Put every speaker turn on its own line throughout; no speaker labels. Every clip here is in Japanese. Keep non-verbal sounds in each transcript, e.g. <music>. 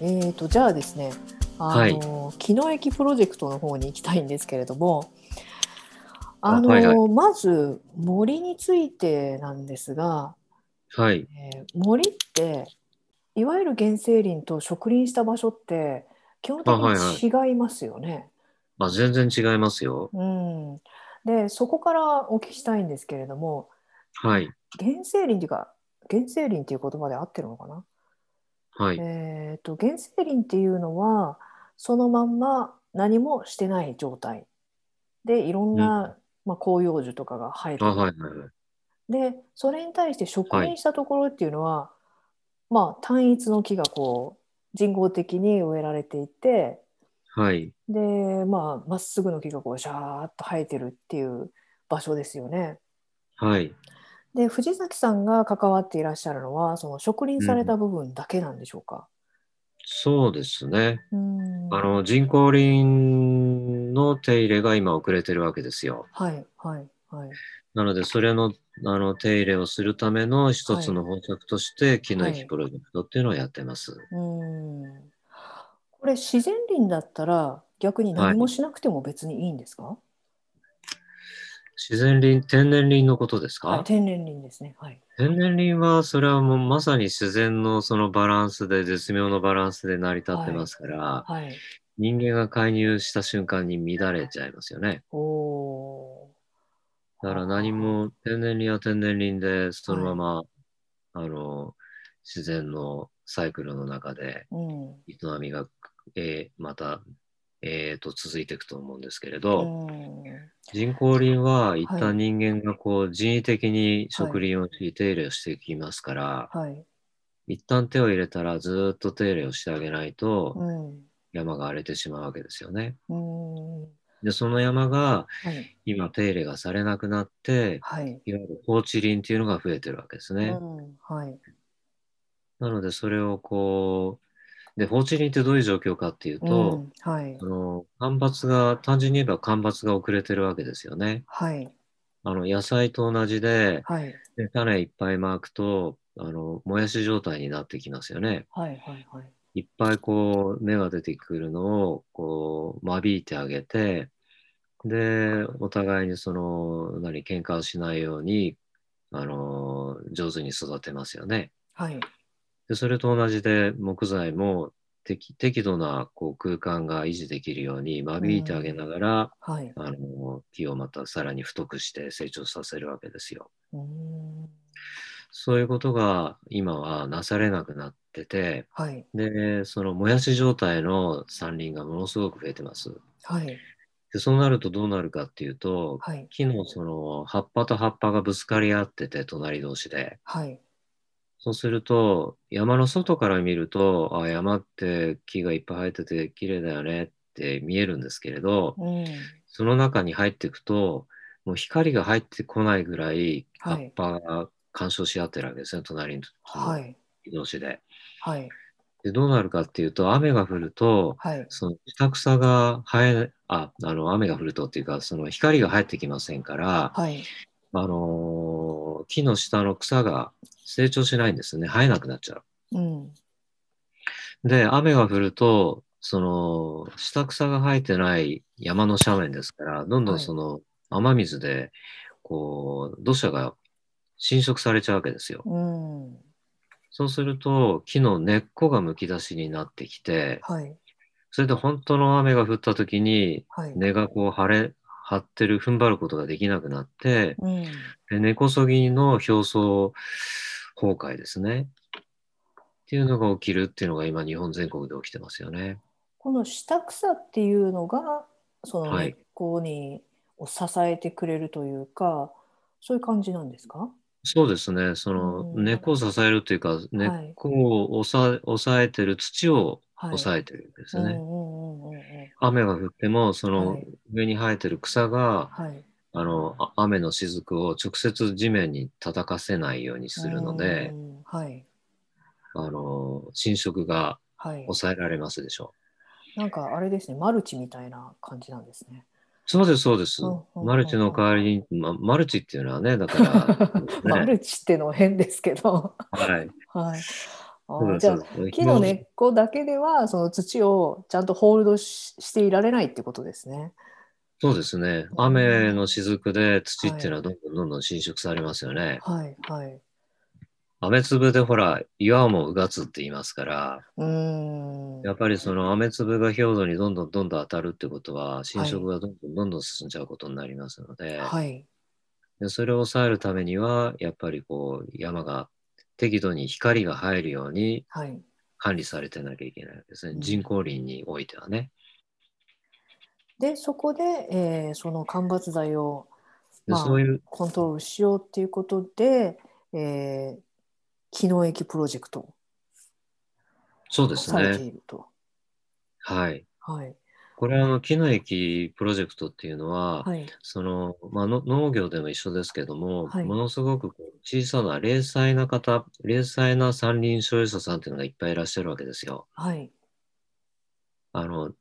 えーとじゃあですねあの、機能駅プロジェクトの方に行きたいんですけれどもあの、
あはいは
まず森についてなんですが、
はい。
えー森っていわゆる原生林と植林した場所って基本的
あはいは
に違いますよね。
まあ、全然違いますよ。
うん、でそこからお聞きしたいんですけれども
はい。
原生林っていうか原生林っていう言葉で合ってるのかな、
はい。
えー、と原生林っていうのはそのまんま何もしてない状態でいろんな、まあ、広葉樹とかが生えて
あ、
る
はい、はい。
でそれに対して植林したところっていうのは、まあ単一の木がこう人工的に植えられていて
はい。
でまあまっすぐの木がこうシャーッと生えてるっていう場所ですよね。
はい。
で藤崎さんが関わっていらっしゃるのはその植林された部分だけなんでしょうか、
そうですね。
うん
あの、人工林の手入れが今遅れてるわけですよ。
はいはいはい
なので、それの、あの、手入れをするための一
はい
つの方策として、木の
は
駅
い
プロジェクトっていうのをやってます。
うんこれ自然林だったら逆に何もしなくても別にいいんですか、は
自然林、天然林のことです
い
か、
天然林ですねはい
天然林は、それはもうまさに自然のそのバランスで、絶妙のバランスで成り立ってますから、
はい
人間が介入した瞬間に乱れちゃいますよね。
おおー
だから何も天然林は天然林で、そのまま、あの、自然のサイクルの中で
うん、う
営みが、えーまた、えーと続いていくと思うんですけれど、
ん
人工林は一
はい
旦人間がこう人為的に植林をし手入れをしていきますから、
はい
一旦手を入れたらずーっと手入れをしてあげないと
うん
山が荒れてしまうわけですよね。
うん
で、その山が
はい
今手入れがされなくなって、
はい
いわゆる放置林っていうのが増えてるわけです
う
ね。
んはい
なのでそれをこう、で、放置林ってどういう状況かっていう
う
と、
んはい
あの、干ばつが、単純に言えば干ばつが遅れてるわけですよね。
はい
あの、野菜と同じで、
はい
で種いっぱいまくと、あの、もやし状態になってきますよね。
はいはいはい
いっぱいこう、芽が出てくるのを、こう、間引いてあげて、で、お互いにその、何、喧嘩をしないように、あの、上手に育てますよね。
はい
で、それと同じで、木材も適適度なこう空間が維持できるように間引いてあげながら、
はい
あの、木をまたさらに太くして成長させるわけですよ。
うん
そういうことが今はなされなくなってて、
はい
で、そのもやし状態の山林がものすごく増えてます。
はい
で、そうなるとどうなるかっていうと、
はい
木のその葉っぱと葉っぱがぶつかり合ってて、隣同士で。
はい
そうすると、山の外から見ると、あ、山って木がいっぱい生えてて綺麗だよねって見えるんですけれど、
うん
その中に入っていくと、もう光が入ってこないぐらい葉
はい
っぱが干渉し合ってるわけですね、隣の
はい
木同士で。
はい
で、どうなるかっていうと、雨が降ると、
はい
その下草が生え、あ、あの、雨が降るとっていうか、その光が入ってきませんから、
はい
あのー木の下の草が成長しないんですね。生えなくなっちゃ
うん
う。で、雨が降ると、その、下草が生えてない山の斜面ですから、どんど
は
ん
い
その、雨水で、こう、土砂が侵食されちゃうわけですよ。
うん
そうすると、木の根っこがむき出しになってきて、
はい
それで本当の雨が降った時に、
はい
根がこう腫れ、張ってる、踏ん張ることができなくなって、
うん
で根こそぎの表層崩壊ですね。っていうのが起きるっていうのが今日本全国で起きてますよね。
この下草っていうのがその
はい
根っこにを支えてくれるというかそういう感じなんですか
そうですね。その
うん
根っこを支えるというか、根っこを押さ抑えてる土を
はい
抑えてるんです
うん
ね。
うんうんうんうん
雨が降っても、そ
は
の
い
上に生えてる草が、
はい
あの、あ雨の雫を直接地面に叩かせないようにするので
う、んはい
あの、侵食が
はい
抑えられますでしょう。
なんかあれですねマルチみたいな感じなんですね
そうです、そうです
うんうんうん。
マルチの代わりに、ま、マル
<laughs>、
チっていうのはね、だから
マ
ね
ルチっての変ですけど <laughs>
はい。
はいあ
そう
ー
です
じゃあ
そうです
木の根っこだけではその土をちゃんとホールドししていられないってことですね。
そうですね。雨の雫で土っていうのはどんどんどんどん侵食されますよね。
はいはい。
雨粒でほら、岩もうがつって言いますから、
うーん。
やっぱりその雨粒が氷土にどんどんどんどん当たるってことは、侵食がどんどんどんどん進んじゃうことになりますので、
はい。
でそれを抑えるためには、やっぱりこう、山が適度に光が入るように
はい。
管理されてなきゃいけないわけですね。
うん
人工林においてはね。
でそこで、えーその間伐材を
で
まあ
そういう、
コントロールしようっていうことで、えー、機能液プロジェクトを
そうです
されて
ね。
いると。
はい。
はい
これはあの、木の駅プロジェクトっていうのは、
はい
その、まあ、の農業でも一緒ですけども、
はい
ものすごくこう小さな零細な方、零細な山林所有者さんっていうのがいっぱいいらっしゃるわけですよ。
はい。
あの、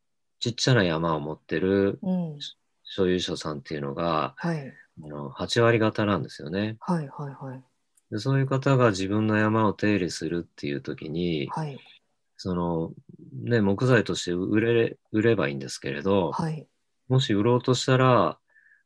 ちっちゃな山を持ってる
うん。
所有者さんっていうのが、
はい
あの8割方なんですよね
はいはいはい
で。そういう方が自分の山を手入れするっていう時に、
はい
その、ね、木材として売れ、売ればいいんですけれど、
はい。
もし売ろうとしたら、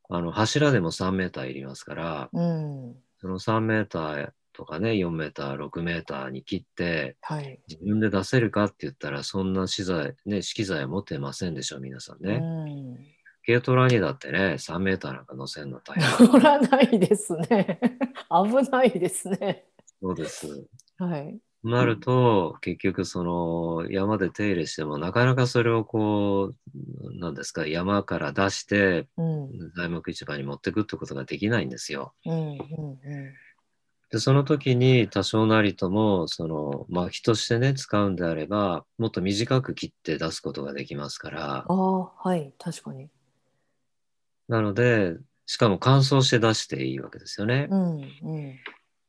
あの、柱でも3メーターいりますから、
うん。
その3メーターとかね、4メーター、6メーターに切って、
はい。
自分で出せるかって言ったら、そんな資材、ね、資機材持ってませんでしょ、皆さんね。
うん。
軽トラにだってね、3メーターなんか乗せんの大変。
<laughs> 乗らないですね。 <laughs> 危ないですね。
そうです。
はい。
なると、結局、その、山で手入れしても、なかなかそれをこう、なんですか、山から出して、
うん。
材木市場に持ってくってことができないんですよ。
うん。うん。
で、その時に多少なりとも、その、まあ、木としてね、使うんであれば、もっと短く切って出すことができますか
あ、
ら
あ、はい。確かに。
なので、しかも乾燥して出していいわけですよね
う。ん。うん。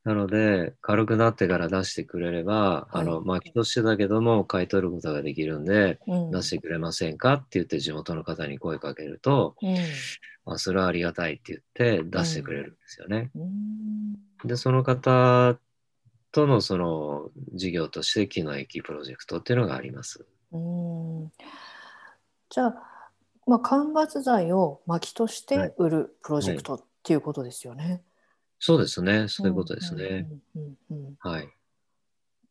なので、軽くなってから出してくれれ
は
ば、
い
あの、まあ、木としてだけども、買い取ることができるんで、
うん。
出してくれませんかって言って地元の方に声かけると、
うん。
あ、それはありがたいって言って出してくれるんですよね。
うん。
で、その方とのその事業として、木の駅プロジェクトっていうのがあります。
うん。じゃあ、まあ、間伐材を薪として売るプロジェクトっていうことですよね。
そうですね。そういうことですね。
うん。うん。うん。うん
はい。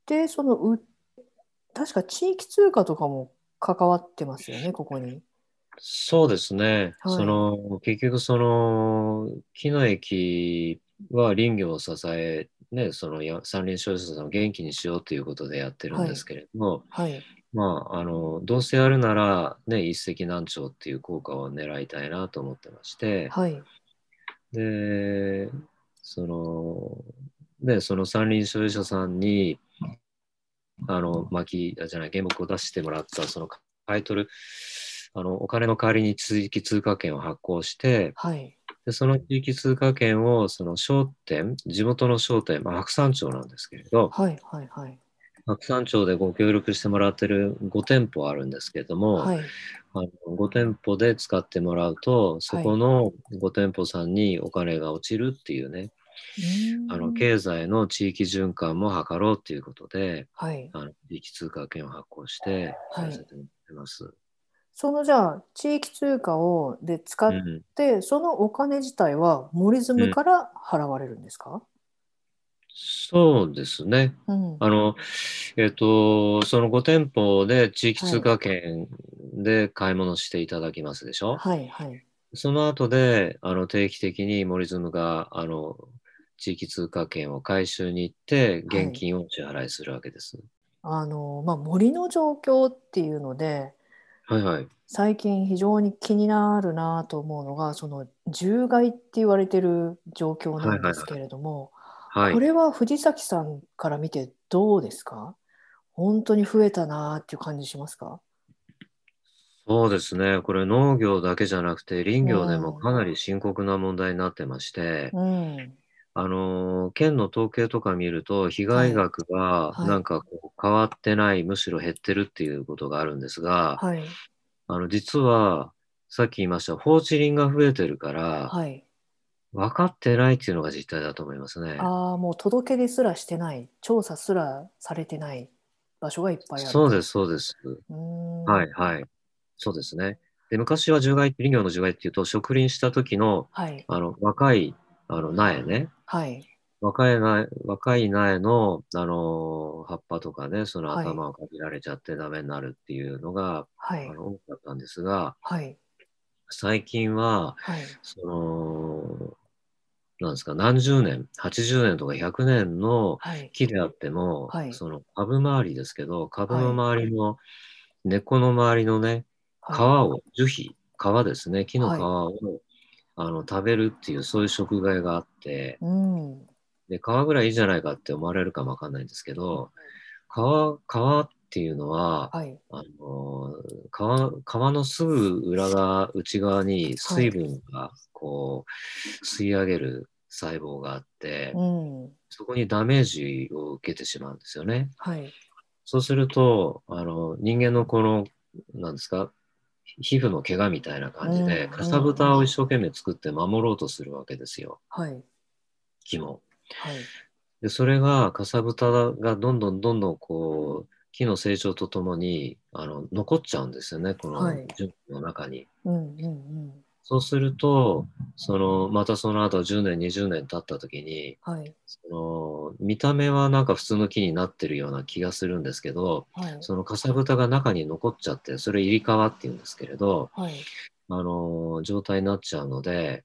で、そのう。確か地域通貨とかも関わってますよね。ここに。
そうですね。
はい
その、結局その、木の駅は林業を支え、ね、そのや山林消費者さんを元気にしようということでやってるんですけれども、
はい。
まあ、あの、どうせやるなら、ね、一石何鳥っていう効果を狙いたいなと思ってまして、
はい。
で、その、で、その山林所有者さんに、あの、薪、あじゃない、原木を出してもらった、その買い取る、あの、お金の代わりに地域通貨券を発行して、
はい。
で、その地域通貨券を、その商店、地元の商店、まあ、白山町なんですけれど、
はい。はい。はい。
白山町でご協力してもらってる5店舗あるんですけれども、
はい。
あの5店舗で使ってもらうと、そこの5店舗さんにお金が落ちるっていうね、あ
う
の
ん
経済の地域循環も図ろうということで、
はい、
あの地域通貨券を発行して
はい
やらせてもらってます。
そのじゃあ地域通貨をで使っ
うん
て、そのお金自体は森ズムから払われるんですか、
そうですね。
うん
あの、えっ、と、その5店舗で地域通貨券で買い物していただきますでしょ、
はいはい
その後で、あの、定期的に森ズムが、あの、地域通貨券を回収に行って、現金をお支払いするわけです。
あのまあ、森の状況っていうので
はいはい。
最近非常に気になるなと思うのがその獣害って言われてる状況なんですけれども、
はい。
これは藤崎さんから見てどうですか本当に増えたなっていう感じしますか
そうですね。これ農業だけじゃなくて林業でもかなり深刻な問題になってまして、
うん
あのー、県の統計とか見ると被害額が
はい
なんかこう変わってない、むしろ減ってるっていうことがあるんですが、
はい
あの、実はさっき言いました放置林が増えてるから、
はい
分かってないっていうのが実態だと思いますね。
ああ、もう届け出すらしてない、調査すらされてない場所がいっぱいある。
そう
す。
です、そうです。
は
はい、。はい。そうですね。で、昔は獣害、林業の獣害っていうと、植林した時の、
はい。
あの、若い、あの、苗ね。
はい。
若い苗、若い苗の、あの、葉っぱとかね、その
はい
頭をかじられちゃってダメになるっていうのが、
はい
あ。の、多かったんですが、
はい。
最近は、
はい。
その、なんですか、何十年、80年とか100年の
はい。
木であっても、
はい
その株周りですけど、株の
は
周りの、根っこの周りのね、皮
はい
を、樹皮、皮ですね、木の皮を、あの食べるっていう、そういう食害があって、
うん。
で、皮ぐらいいいじゃないかって思われるかもわかんないんですけど、皮、皮っていうのは、
はい。
あのー皮皮のすぐ裏側内側に水分がこう吸い上げる細胞があって、
うん。
そこにダメージを受けてしまうんですよね。
はい。
そうするとあの人間のこのなんですか皮膚の怪我みたいな感じで、
うん
かさぶたを一生懸命作って守ろうとするわけですよ
はい。
木も。
はい。
でそれがかさぶたがどんどんどんどんこう木の成長とともにあの残っちゃうんですよねこの
はい
樹皮の中に。
うん。うん。うん。
そうするとそのまたその後10年20年経った時に
はい。
その見た目はなんか普通の木になってるような気がするんですけど
はい。
そのかさぶたが中に残っちゃってそれ入り皮っていうんですけれど
はい。
あの状態になっちゃうので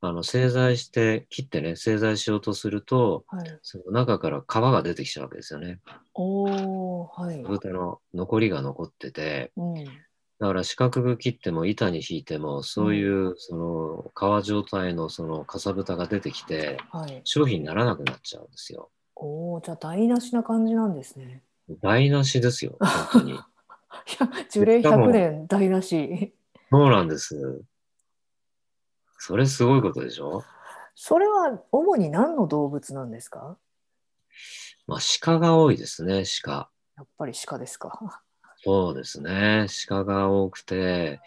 あの製材して切ってね製材しようとすると
はい。
その中から皮が出てきちゃうわけですよね。
おー、はい。
豚の残りが残ってて、
うん。
だから四角く切っても板に引いても、そういうその皮状態のそのかさぶたが出てきて、
はい。
商品にならなくなっちゃうんですよ。
おお、じゃあ台無しな感じなんですね。 <laughs>
台無しですよ、本当に。
いや、樹齢100年台無し。 <laughs>
そうなんです。それすごいことでしょ
それは主に何の動物なんですか
まあ鹿が多いですね、鹿。
やっぱり鹿ですか。 <laughs>
そうですね、鹿が多くて、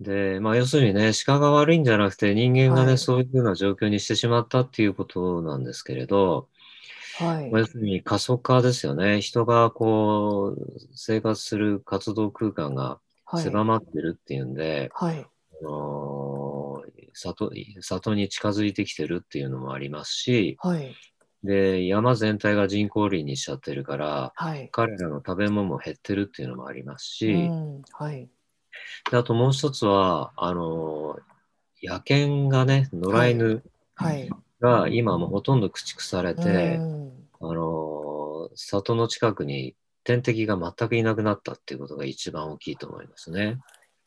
で、まあ要するにね、鹿が悪いんじゃなくて人間がね、
はい
そういうふうな状況にしてしまったっていうことなんですけれど、
はい
まあ。要するに過疎化ですよね。人がこう、生活する活動空間が
はい。
狭まってるっていうんで、
はい。
あのー里、里に近づいてきてるっていうのもありますし、
はい。
で、山全体が人工林にしちゃってるから、
はい。
彼らの食べ物も減ってるっていうのもありますし、
うん。はい。
であともう一つは、あのー野犬がね、野良犬
はい。
が今もうほとんど駆逐されて、
うん
あのー里の近くに天敵が全くいなくなったっていうことが一番大きいと思いますね。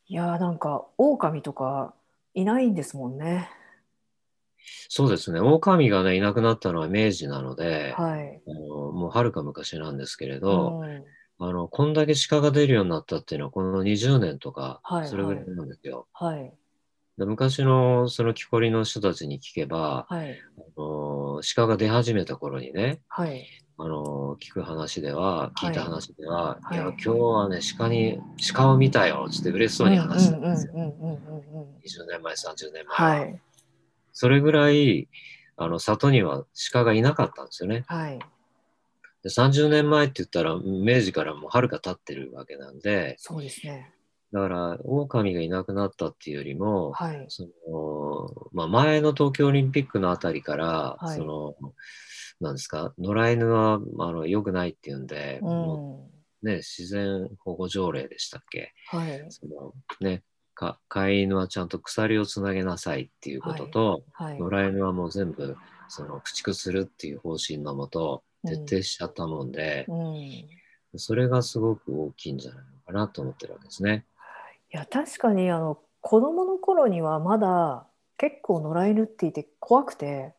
いやー、なんか狼とかいないんですもんね。
そうですね。狼がね、いなくなったのは明治なので、
はい。
あのーもうはるか昔なんですけれ
う
ど、
ん。
あの、こんだけ鹿が出るようになったっていうのは、この20年とか
はいは、い
それぐらいなんですよ。
はい。
で昔のその木こりの人たちに聞けば、
はい。
あのー鹿が出始めた頃にね、
はい。
あの聞く話では、聞いた話では、
はい
い、や、
はい
今日はね、鹿に、鹿を見たよ、つって嬉しそうに話してたんですよ。
うんうんうんうんうんうん。
20年前、30年前。
はい。
それぐらい、あの、里には鹿がいなかったんですよね。
はい。
で30年前って言ったら、明治からもう遥か経ってるわけなんで、
そうですね。
だから、狼がいなくなったっていうよりも、
はい。
その、まあ、前の東京オリンピックのあたりから、
はい
その、なんですか、野良犬は、あの、良くないっていうんで、
う。
もうんね、自然保護条例でしたっけ
はい。
その、ね、か飼い犬はちゃんと鎖をつなげなさいっていうことと、
はい。
野良犬はもう全部その駆逐するっていう方針のもと徹底しちゃったもんで、
うん。い
それがすごく大きいんじゃないのかなと思ってるわけですね。
や、確かに、あの、子供の頃にはまだ結構野良犬っていて怖くて、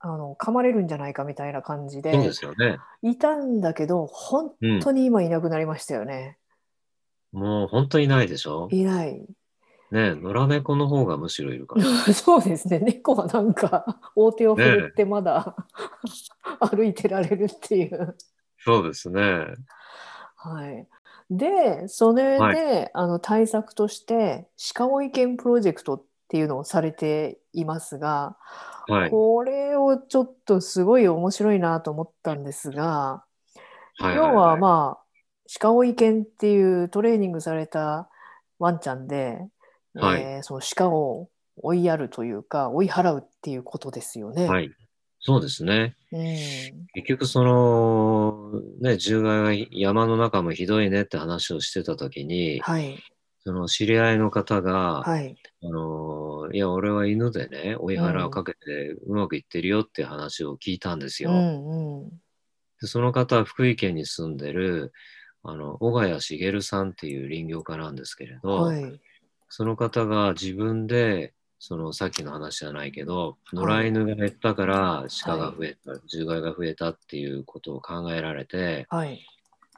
あの、噛まれるんじゃないかみたいな感じで、
そうですよね。
いたんだけど、本
うん。
当に今いなくなりましたよね。
もう本当にないでしょ
いない。
ね野良猫の方がむしろいるから。
<laughs> そうですね。猫はなんか、大手を振るってまだ歩いてられるっていう。
そうですね。
はい。で、それで、
は
あの対策として、鹿を意見プロジェクトっていうのをされていますが、
はい。
これをちょっとすごい面白いなと思ったんですが、
はい
要は
あ、
まあ鹿追犬っていうトレーニングされたワンちゃんで、
はい
えーその鹿を追いやるというか追い払うっていうことですよね。
はい。そうですね。
うん
結局、その、ね、獣害が山の中もひどいねって話をしてたときに、
はい
その知り合いの方が、
はい
あのーいや、俺は犬でね、追い払をかけてうまくいってるよって話を聞いたんですよ。
うんうん
でその方は福井県に住んでる、あの、小谷茂さんっていう林業家なんですけれど、
はい
その方が自分で、そのさっきの話じゃないけど、野良犬が減ったから鹿が増えた、獣害が増えたっていうことを考えられて、
はい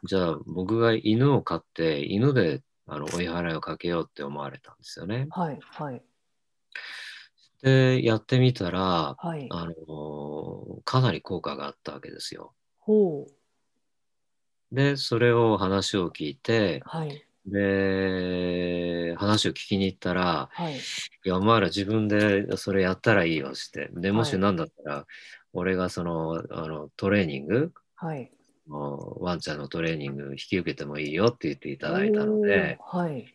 じゃあ僕が犬を飼って、犬であの追い払いをかけようって思われたんですよね。
はいはい
で、やってみたら、
はい
あのかなり効果があったわけですよ。
ほう
で、それを話を聞いて、
はい
で、話を聞きに行ったら、
はい
いや、お前ら自分でそれやったらいいよして、で、も
は
し
い
何だったら、俺がその、あの、トレーニング、
はい
もうワンちゃんのトレーニング引き受けてもいいよって言っていただいたので、
おーはい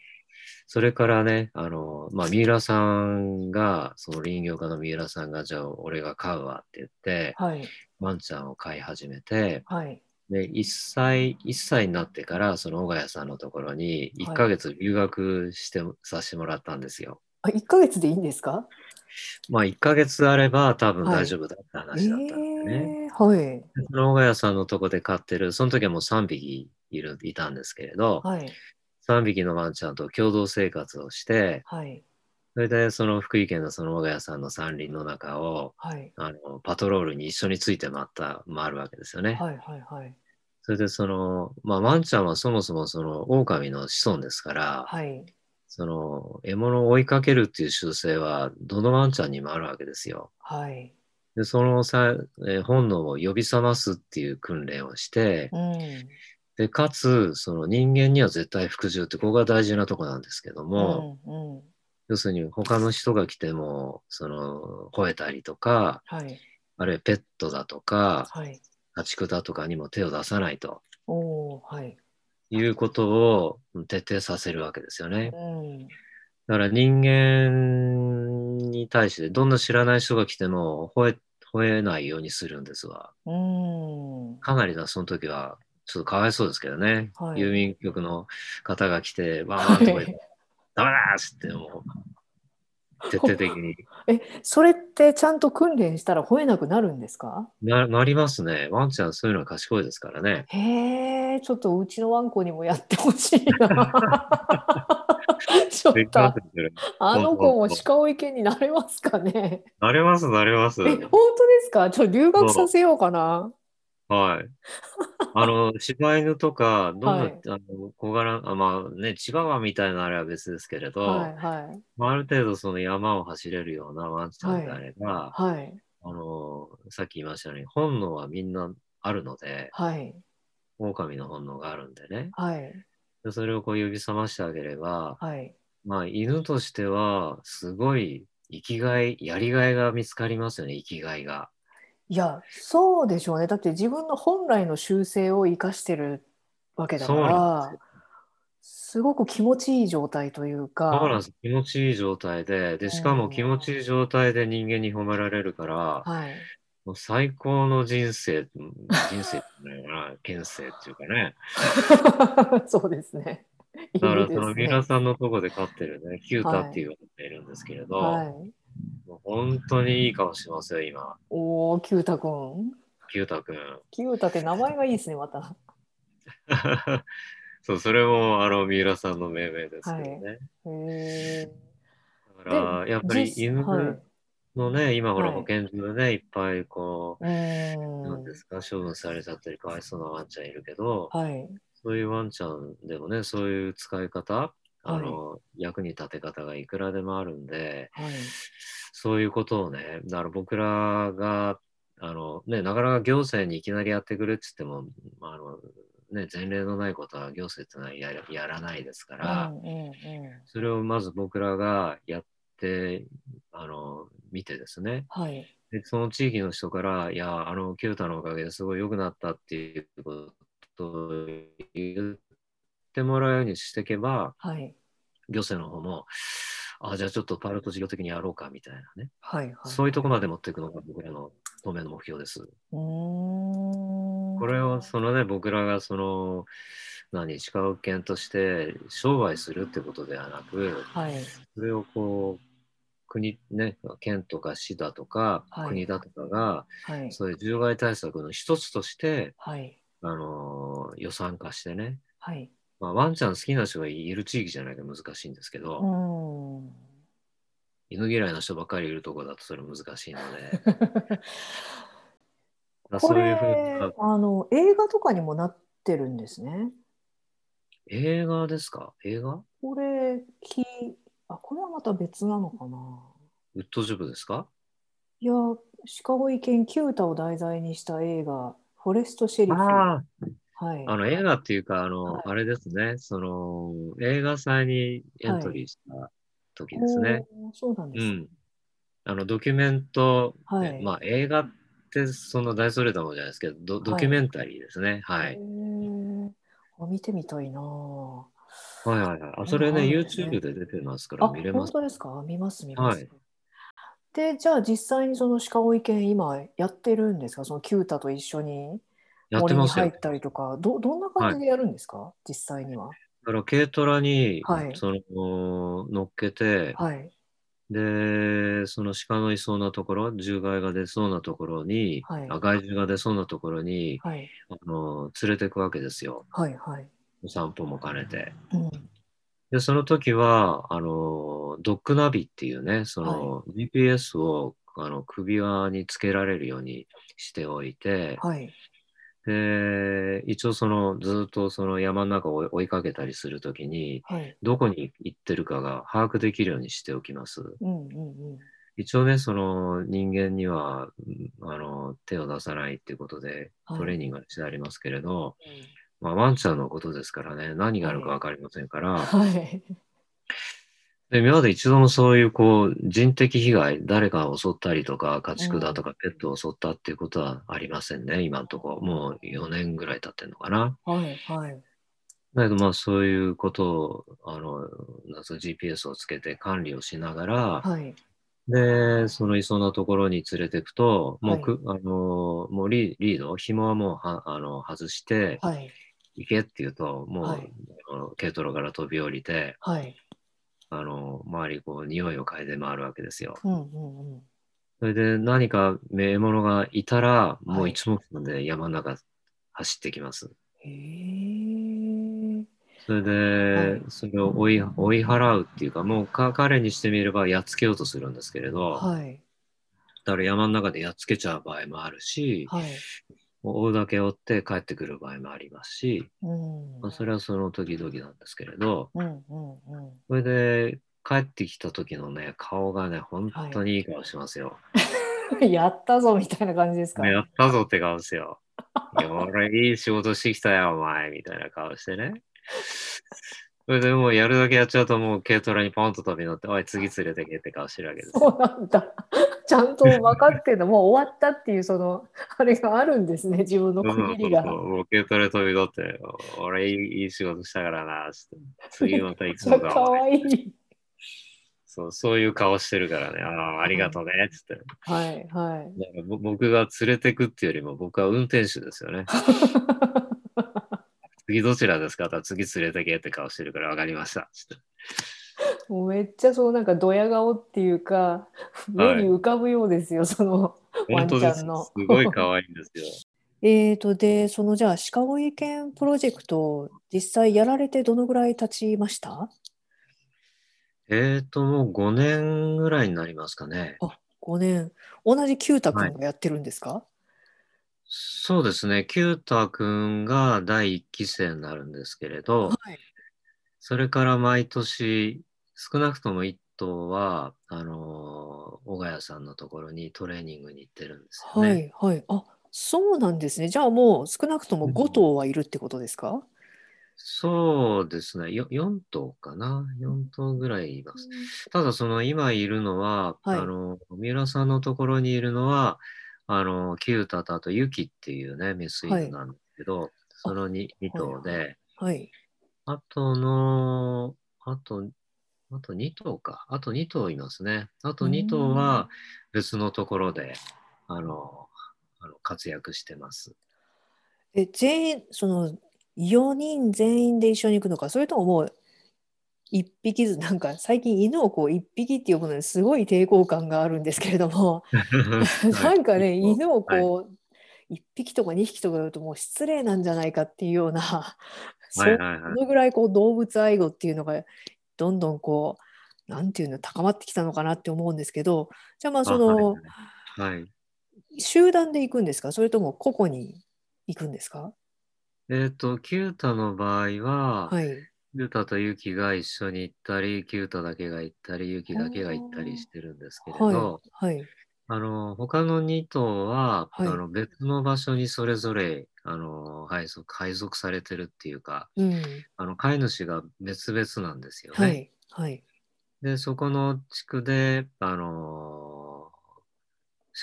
それからね、あの、まあ、三浦さんが、その林業家の三浦さんが、じゃあ俺が飼うわって言って、
はい
ワンちゃんを飼い始めて、
はい
で、1歳、一歳になってから、その小谷さんのところに、
はい
1ヶ月留学して、させてもらったんですよ。
あ一ヶ月でいいんですか？
まあ、1ヶ月あれば多分
はい
大丈夫だった
え
話だったんでね。
えーはい
でその小谷さんのとこで飼ってる、その時はもう3匹いるいたんですけれど、
はい
3匹のワンちゃんと共同生活をして、
はい
それでその福井県のその小谷さんの山林の中を、
はい
あのパトロールに一緒について回った、回るわけですよね。
はいはいはい
それでその、まあ、ワンちゃんはそもそもその狼の子孫ですから、
はい
その獲物を追いかけるっていう習性はどのワンちゃんにもあるわけですよ。
はい
でそのさ、えー本能を呼び覚ますっていう訓練をして、
うん
でかつその人間には絶対服従ってここが大事なとこなんですけども、
うんうん
要するに他の人が来てもその吠えたりとか
はい
あるいはペットだとか
はい
家畜だとかにも手を出さないと
おおーはい
いうことを徹底させるわけですよね。
うん
だから人間に対してどんな知らない人が来ても吠え吠えないようにするんですわ。
うん
かなりなその時はちょっとかわいそうですけどね、
はい
郵便局の方が来てわーっと吠えて、ダメだーっつってもう徹底的
<laughs>
に
<laughs> えそれってちゃんと訓練したら吠えなくなるんですか
ななりますね。ワンちゃんそういうのは賢いですからね。
へえちょっとうちのワンコにもやってほしい
<laughs>
なちょっ
できま
と
すそれ
あの子も鹿追い犬になれますかね
なります、なります。
え本当ですかちょっと留学させようかな
はい。あの、柴犬とか、どんな、
はい
あの小柄あ、まあね、千葉湾みたいなあれは別ですけれど、
はいはい
まあ、ある程度その山を走れるようなワンちゃんであれば、
はい
あの、さっき言いましたように、本能はみんなあるので、
はい
狼の本能があるんでね。
はい
でそれをこう呼び覚ましてあげれば、
はい
まあ犬としては、すごい生きがい、やりがいが見つかりますよね、生きがいが。
いやそうでしょうねだって自分の本来の習性を生かしてるわけだか
そうな
らすごく気持ちいい状態という
だから
か
気持ちいい状態で、で、しかも気持ちいい状態で人間に褒められるから、
はい
もう最高の人生、人生っていうのかな、現世っていうかね。
<laughs> そうですね
<laughs>
いい
だから
で
その
す
三
ね
浦さんのとこで飼ってるね、キュータっていうのがいるんですけれど、
はい
もう本当にいい顔してますよ、今。
おおキュータくん
キュータくん。
キュータって名前がいいですねまた
<laughs> そう、それもあの三浦さんの命名ですけどね。
へ
だから、やっぱ
え
り犬
はい
のね、今ほら
はい
保健所でね、いっぱいこ
う
う、
ー
なん
ん
ですか、処分されちゃったりかわいそうなワンちゃんいるけど、
はい
そういうワンちゃんでもね、そういう使い方、あの、役に立て方がいくらでもあるんで、
はい
そういうことをね、だから僕らが、あのね、なかなか行政にいきなりやってくれって言っても、まああのね、前例のないことは行政ってのはややらないですから、
うんうんうん
それをまず僕らがやって、あの、見てですね。
はい。
で、その地域の人から、いや、あの、清田のおかげですごい良くなったっていうことを言ってもらうようにしていけば、
はい。
行政の方も、あ、じゃあちょっとパイロット事業的にやろうかみたいなね。
はい。はい。
そういうとこまで持っていくのが僕らの当面の目標です。
うーん。
これを、そのね、僕らがその、何、鹿保県として商売するってことではなく、
はい。
それをこう、国、ね、県とか市だとか、
はい
国だとかが、
はい。
そういう獣害対策の一つとして、
はい。
あのー予算化してね、
はい。
まあ、ワンちゃん好きな人がいる地域じゃないと難しいんですけど、
うーん。
犬嫌いな人ばっかりいるところだとそれ難しいの
<laughs>
で、まあ
こ
そう
れ
いうふうな
あの映画とかにもなってるんですね。
映画ですか映画
これきあこれはまた別なのかな。
ウッドジョブですか
いや鹿保県キュータを題材にした映画「フォレスト・シェリフ」は
あ
い
あ、あの映画っていうか、あの、
はい
あれですね、その映画祭にエントリーした時ですね。
おーそうなんで
う
す、
ん。あの、ドキュメント、
はい
まあ映画ってそんな大それたもんじゃないですけど、ドドキュメンタリーですね。は
へ
い。
ーあ見てみたいなぁ
はいはいはい。あ、それね、
そうなんですね
YouTube で出てますから
あ
見れま
本
す。
当ですか見ます見ます、
はい
でじゃあ実際にその鹿追犬今やってるんですかそのキュータと一緒に
やって
森
ま
に
す
入
よ
っ。たりとかどどんな感じでやるんですか、実際には
だから軽トラに、
はい
その、乗っけて、
はい
で、その鹿のいそうなところ、獣害が出そうなところに、
はい
あ害獣が出そうなところに、
はい
あの、連れていくわけですよ。
はいはい、
お散歩も兼ねて。
うん、
で、その時は、あの、ドッグナビっていうね、その GPS をあの首輪につけられるようにしておいて、
はい
で、一応そのずっとその山の中を追い追いかけたりするときに、
はい
どこに行ってるかが把握できるようにしておきます。
うんうんうん
一応ね、その人間には、うんあの、手を出さないっていうことで、
はい
トレーニングがしてありますけれど、まあ、ワンちゃんのことですからね、何があるかわかりませんから、
はい
で今まで一度もそういうこう人的被害、誰かを襲ったりとか、家畜だとかペットを襲ったっていうことはありませんね、今のところ。もう4年ぐらい経ってんのかな。
はいはい
だけどまあそういうことを、あの、なんすか GPS をつけて管理をしながら、
はい
で、そのいそうなところに連れていくと、もうく、あの、もうリリード、紐はもうはあの外して、
はい
行けって言うと、もう、
はい
あの軽トラから飛び降りて、
はい
あの、周りこう匂いを嗅いで回るわけですよ。
うんうんうん
それで何か獲物がいたら、
は
もう
い
一目散で山の中走ってきます。
へえ
それで、
はい
それを追い追い払うっていうか、もうか彼にしてみればやっつけようとするんですけれど、
はい
だから山の中でやっつけちゃう場合もあるし、
はい
もう追うだけ追って帰ってくる場合もありますし、
うん
まあ、それはその時々なんですけれど、
うんうんうん
それで帰ってきた時のね、顔がね、本当にいい顔しますよ。
<laughs> やったぞみたいな感じですか。
やったぞって顔ですよ。いや、俺いい仕事してきたよ、お前、みたいな顔してね。それでもうやるだけやっちゃうと、もう軽トラにポンと飛び乗って、おい、次連れてけって顔してるわけです
そ
よ。
うなんだ。 <laughs> ちゃんと分かってんの、もう終わったっていう、その、あれがあるんですね、自分の
そうそう
区
そ
切り
う
が。
もう軽トラに飛び乗って、俺いいいい仕事したからな、つって次またいつ
じゃ
も
あ
か
かわいい。
そう。そういう顔してるからね、ああ、ありがとうね、つって。
はい、はい。
だからぼ僕が連れてくっていうよりも、僕は運転手です
<laughs>
よね。次どちらですかって言ったら次連れてけって顔してるから、わかりました、つって。
もうめっちゃそうなんかドヤ顔っていうか
は
目に
い
浮かぶようですよ、そのワン
本
ち
当
ゃ
で
ん
す。
の
すごい可愛いん
<laughs>
ですよ。
えーとでそのじゃあ鹿追犬プロジェクト実際やられてどのぐらい経ちました
えっと、もう5年ぐらいになりますかね。
あ5年同じキュータ君がやってるんですか、
そうですね。キュータくんが第1期生になるんですけれど、
はい
それから毎年、少なくとも1頭は、あのー、小川さんのところにトレーニングに行ってるんですよ
は
ね。
いはい。あ、そうなんですね。じゃあもう少なくとも
うん
5頭はいるってことですか。
そうですね。よ4頭かな。4頭ぐらいいます。ただ、その今いるのは、
はい
あの、三浦さんのところにいるのは、あの、キュータタとユキっていうね、メス犬なんですけど、その 2, 2頭で、
はい。
あとの、あと、あと2頭か。あと2頭いますね。あと2頭は別のところで、あの、あの活躍してます。 <laughs>
え、全員、その、4人全員で一緒に行くのか、それとももう、一匹ずつ、なんか最近犬をこう一匹って呼ぶのにすごい抵抗感があるんですけれども、 <laughs> <laughs> なんかね、
はい
犬をこう、一匹とか二匹とか言うともう失礼なんじゃないかっていうよう
<laughs>
な、そ
はいはいはい
そ。のぐらいこう動物愛護っていうのがどんどんこうなんていうの高まってきたのかなって思うんですけどじゃあまあその
あはいはいはい
集団で行くんですかそれとも個々に行くんですか
えっ、と、キュータの場合は、
はい
キュータとユキが一緒に行ったり、キュータだけが行ったり、ユキだけが行ったりしてるんですけれど、
はいはい
あの、他の2頭は、
はい
あの別の場所にそれぞれ、あの、配属、配属されてるっていうか、
うん
あの、飼い主が別々なんですよね。
はいはい
で、そこの地区で、あの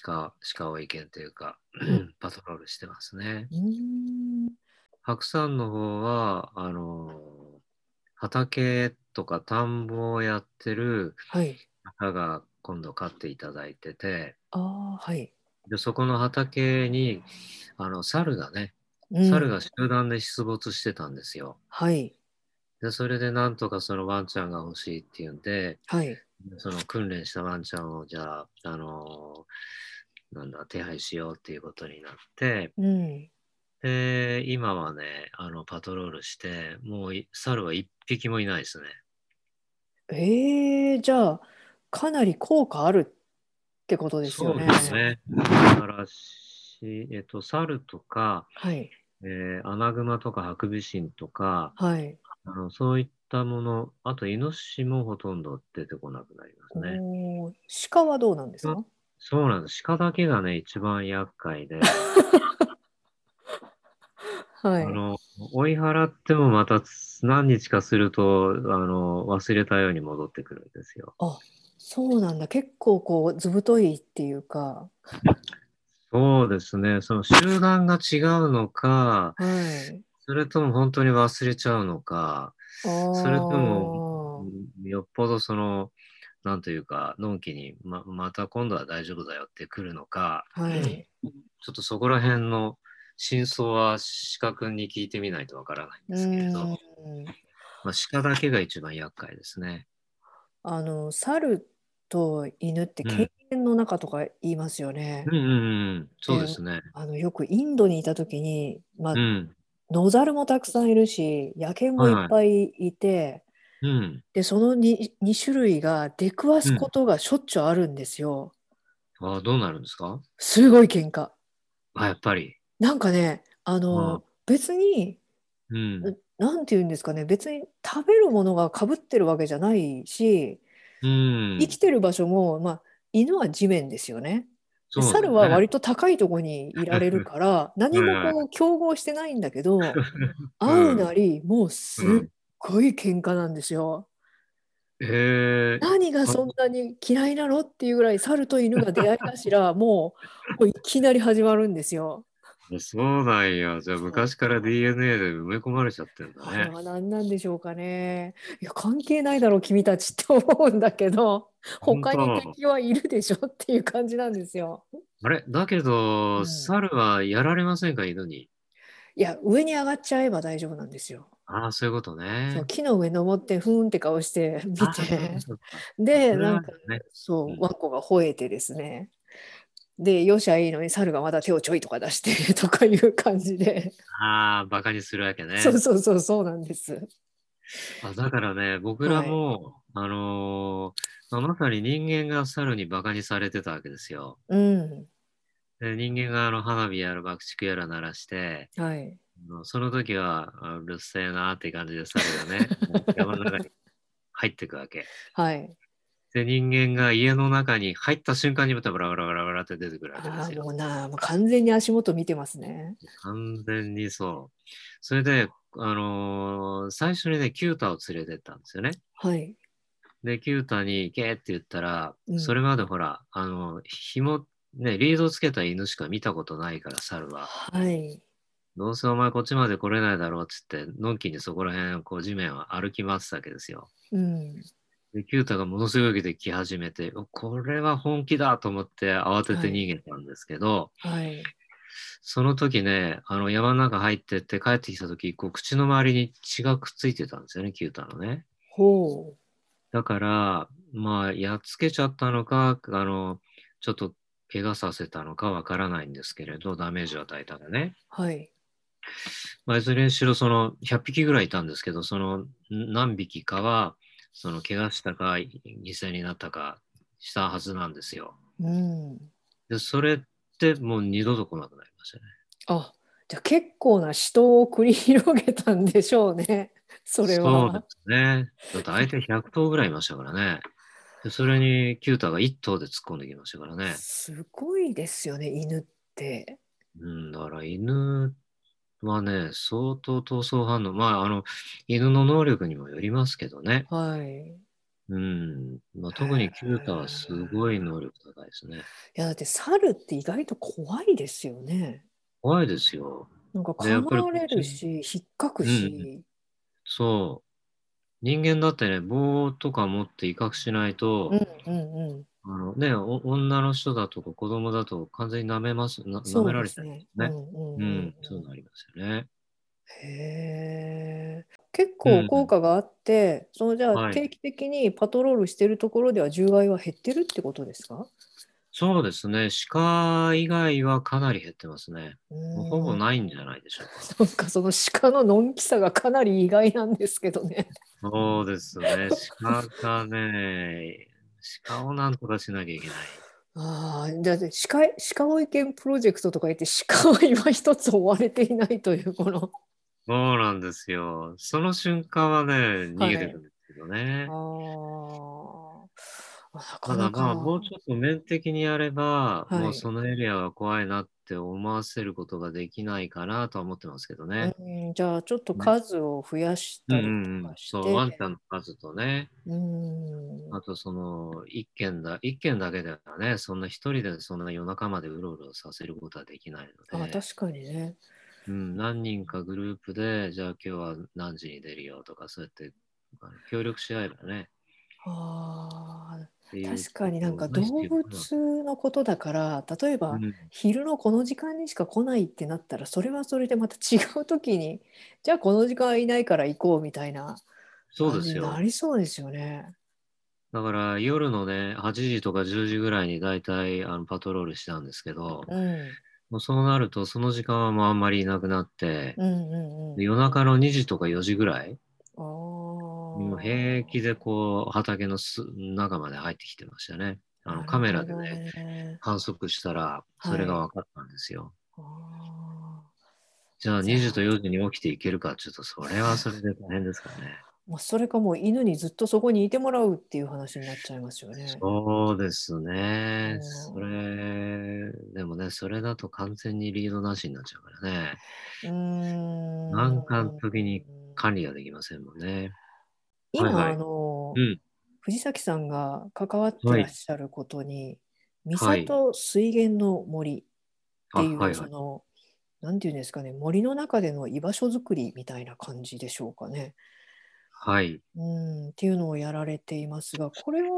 鹿、鹿を意見というか、 <clears throat> パトロールしてますね。
うーん
白山の方は、あの畑とか田んぼをやってる
はい
方が今度飼っていただいてて、
あーはい
で、そこの畑に、あの、猿がね、
うん
猿が集団で出没してたんですよ。
はい
で、それでなんとかそのワンちゃんが欲しいっていうんで、
はい
その訓練したワンちゃんを、じゃあ、あのなんだ、手配しようっていうことになって、
うん
で、今はね、あの、パトロールして、もうい猿は一匹もいないですね。
えー、じゃあかなり効果あるってことですよね
そうですね。だから、しえっと、猿とか、
はい
えーアナグマとかハクビシンとか、
はい
あのそういったもの、あとイノシシもほとんど出てこなくなりますね。
おー鹿はどうなんですか
そうなんです。鹿だけがね、一番厄介で、
は
あ
い
の、追い払ってもまた何日かすると、あの、忘れたように戻ってくるんですよ。
そうなんだ結構こう図太いっていうか
そうですね。その集団が違うのか、
はい
それとも本当に忘れちゃうのか、
そ
れともよっぽどその、なんというか、のんきにま、また今度は大丈夫だよって来るのか、
はい
ちょっとそこら辺の真相は鹿くんに聞いてみないとわからないんですけれど、
うん
まあ、鹿だけが一番厄介ですね。
あの猿と犬って
うん
犬猿の中とか言いますよね、
うんうんうん、そうですね。
あのよくインドにいた時に、まあ
うん、
野猿もたくさんいるし野犬もいっぱいいて、
うん。
でその 2, 2種類が出くわすことがしょっちゅうあるんですよ、
あどうなるんですか
すごい喧嘩
あ、やっぱり。
なんかねあの、
うん
別に
うん、
なんて言うんですかね別に食べるものがかぶってるわけじゃないし
うん。
生きてる場所も、まあ、犬は地面ですよねで
そうだね
猿は割と高いとこにいられるから
<laughs>
何もこう競合してないんだけど会うなりもうすっ
うん
ごい喧嘩なんですよ。
へえ
何がそんなに嫌いなのっていうぐらい猿と犬が出会い頭
<laughs>
もうもういきなり始まるんですよ。
そうなんや。じゃあ昔から DNA で埋め込まれちゃってんだ
あれ
ね。
は何なんでしょうかね。いや関係ないだろう君たちって思うんだけど他に
本当
敵はいるでしょっていう感じなんですよ。
あれだけど、
うん
猿はやられませんか犬に。
いや上に上がっちゃえば大丈夫なんですよ。
ああ、そういうことね
そ。う木の上登ってふーんって顔して見
あー
て
そうか
で
それは
なんか
ね
そううんワンコが吠えてですねでよしゃいいのに猿がまだ手をちょいとか出してとかいう感じで、
ああ、バカにするわけね。
そうそうそうそうなんです
あだからね、僕らも、あのーまあまさに人間が猿にバカにされてたわけですよ。
うん
で人間があの花火やら爆竹やら鳴らして、
はい
あのその時はあうるせ <laughs> えなーって感じで猿がね、山の中に入ってくわけ。
はい
で、人間が家の中に入った瞬間にまたブラブラブラブラって出てくるわけで
あ
す
あ、
よ
も。うな、もう完全に足元見てますね。
完全にそう。それで、あのー最初にね、キュータを連れてったんですよね。
はい。
で、キュータに行けって言ったら、
うん
それまでほら、あの、紐、ね、リードつけた犬しか見たことないから、猿は。
はい。
どうせお前こっちまで来れないだろうっつって、のんきにそこら辺、こう地面を歩き回ってたわけですよ。
うん。
で、キュータがものすごい勢いで来始めて、おこれは本気だと思って慌てて逃げたんですけど、
はい。
その時ね、あの山の中入ってって帰ってきた時、こう口の周りに血がくっついてたんですよね、キュータのね。
ほ
だから、まあ、やっつけちゃったのか、あの、ちょっと怪我させたのかわからないんですけれど、ダメージを与えたらね。
う。はい。
まあ、いずれにしろ、その100匹ぐらいいたんですけど、そのん何匹かは、その怪我したか、犠牲になったかしたはずなんですよ。
うん。
で、それってもう二度と来なくなりましたね。
あ、じゃあ結構な死闘を繰り広げたんでしょうね。 <laughs> それ
うで
は。
すね。だって相手100頭ぐらいいましたからね。でそれにキュータが1頭で突っ込んできましたからね。
すごいですよね、犬って。
うん、だから犬はね、相当闘争反応。まあ、あの、犬の能力にもよりますけどね。
はい。
うん。まあ、特にキュータはすごい能力高いですね。
いやだって猿って意外と怖いですよね。
怖いですよ。
なんか
ねやっ
噛
ぱり
まれるし、引っかくし、
そう。人間だってね、棒とか持って威嚇しないと、
うんうんうん、
あのねお女の人だとか子供だと完全に舐めます、な舐
そ
め
う
ら
で
れち
す
ゃう
ね。
ね
うんうん
う
うんん、
そうなりますよね。
へえ。結構効果があって、そのじゃ
は
あ
い
定期的にパトロールしてるところでは獣害は減ってるってことですか？
そうですね。鹿以外はかなり減ってますね。もうほぼ
い。
ないんじゃないでしょうか。
なんかその鹿ののんきさがかなり意外なんですけどね。
そうですね。鹿がね、鹿をなんとかしなきゃいけない。
<laughs> ああ、じゃあ鹿鹿追い犬プロジェクトとか言って鹿は今一つ追われていないというこの。
そうなんですよ。その瞬間はね、逃げてくるんですけどね。
ああ、な
た
かな
だまあ、
か。
もうちょっと面的にやれば、
はい
もうそのエリアは怖いなって思わせることができないかなとは思ってますけどね。
うん、じゃあちょっと数を増やし
うん
た
う
り
ん
と
うん
か、して。
そう、ワンちゃんの数とね、
うん。
あとその一軒だ、一軒だけではね、そんな一人でそんな夜中までうろうろさせることはできない
あ
ので、
確かにね。
うん、何人かグループで、じゃあ今日は何時に出るよとか、そうやってあの協力し合えばね。
ああ、
っていう
確かになんか
こと
動
が必要かな
物のことだから、例えば
うん
昼のこの時間にしか来ないってなったら、それはそれでまた違う時に、じゃあこの時間いないから行こうみたいな
そう
感
で
じ
す
に
よ
な。りそうですよね。
だから夜のね、8時とか10時ぐらいに大体あのパトロールしたんですけど、
うん、
もうそうなるとその時間はもうあんまりいなくなって、
うん、うん、うん。
夜中の2時とか4時ぐらい、
ああ。
もう平気でこう畑のす中まで入ってきてましたね。あのカメラで
なる
ね、
ほどね。
観測したらそれが分かったんですよ。
ああ。
じゃあ
じゃあ
2時と4時に起きていけるか、ちょっとそれはそれで大変ですからね。
まあ、それかもう犬にずっとそこにいてもらうっていう話になっちゃいますよね。
そうですね。
うん
それ、でもね、それだと完全にリードなしになっちゃうからね。
うーん。
なんかの時に管理ができませんもんね。
今、
はいはい
あの、
うん
藤崎さんが関わってらっしゃることに、
は
三
い
郷水源の森って
あ、
いう、
はいは
そ
い。
の、なんていうんですかね、森の中での居場所づくりみたいな感じでしょうかね。
はい。
うん、っていうのをやられていますが、これは、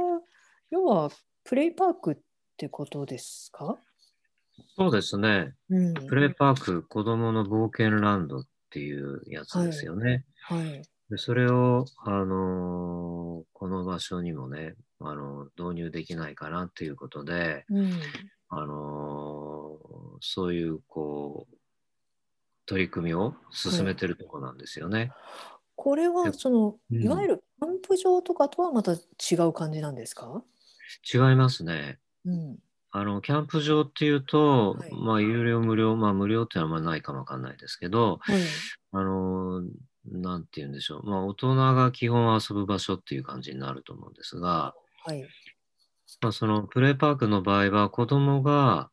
要は、プレイパークってことですか
そうですね。
うん。
プレイパーク、子供の冒険ランドっていうやつですよね。
はい。
でそれを、あのーこの場所にもね、あのー導入できないかなということで、
うん。
あのーそういう、こう、取り組みを進めてるところなんですよね。
これは、その、
うん
いわゆるキャンプ場とかとはまた違う感じなんですか
違いますね。
うん。
あの、キャンプ場っていうと、
はい
まあ、有料、無料、まあ、無料っていうのはあんまないかもわかんないですけど、
はい。
あのーなんて言うんでしょう。まあ、大人が基本遊ぶ場所っていう感じになると思うんですが、
はい。
まあ、そのプレイパークの場合は子供が、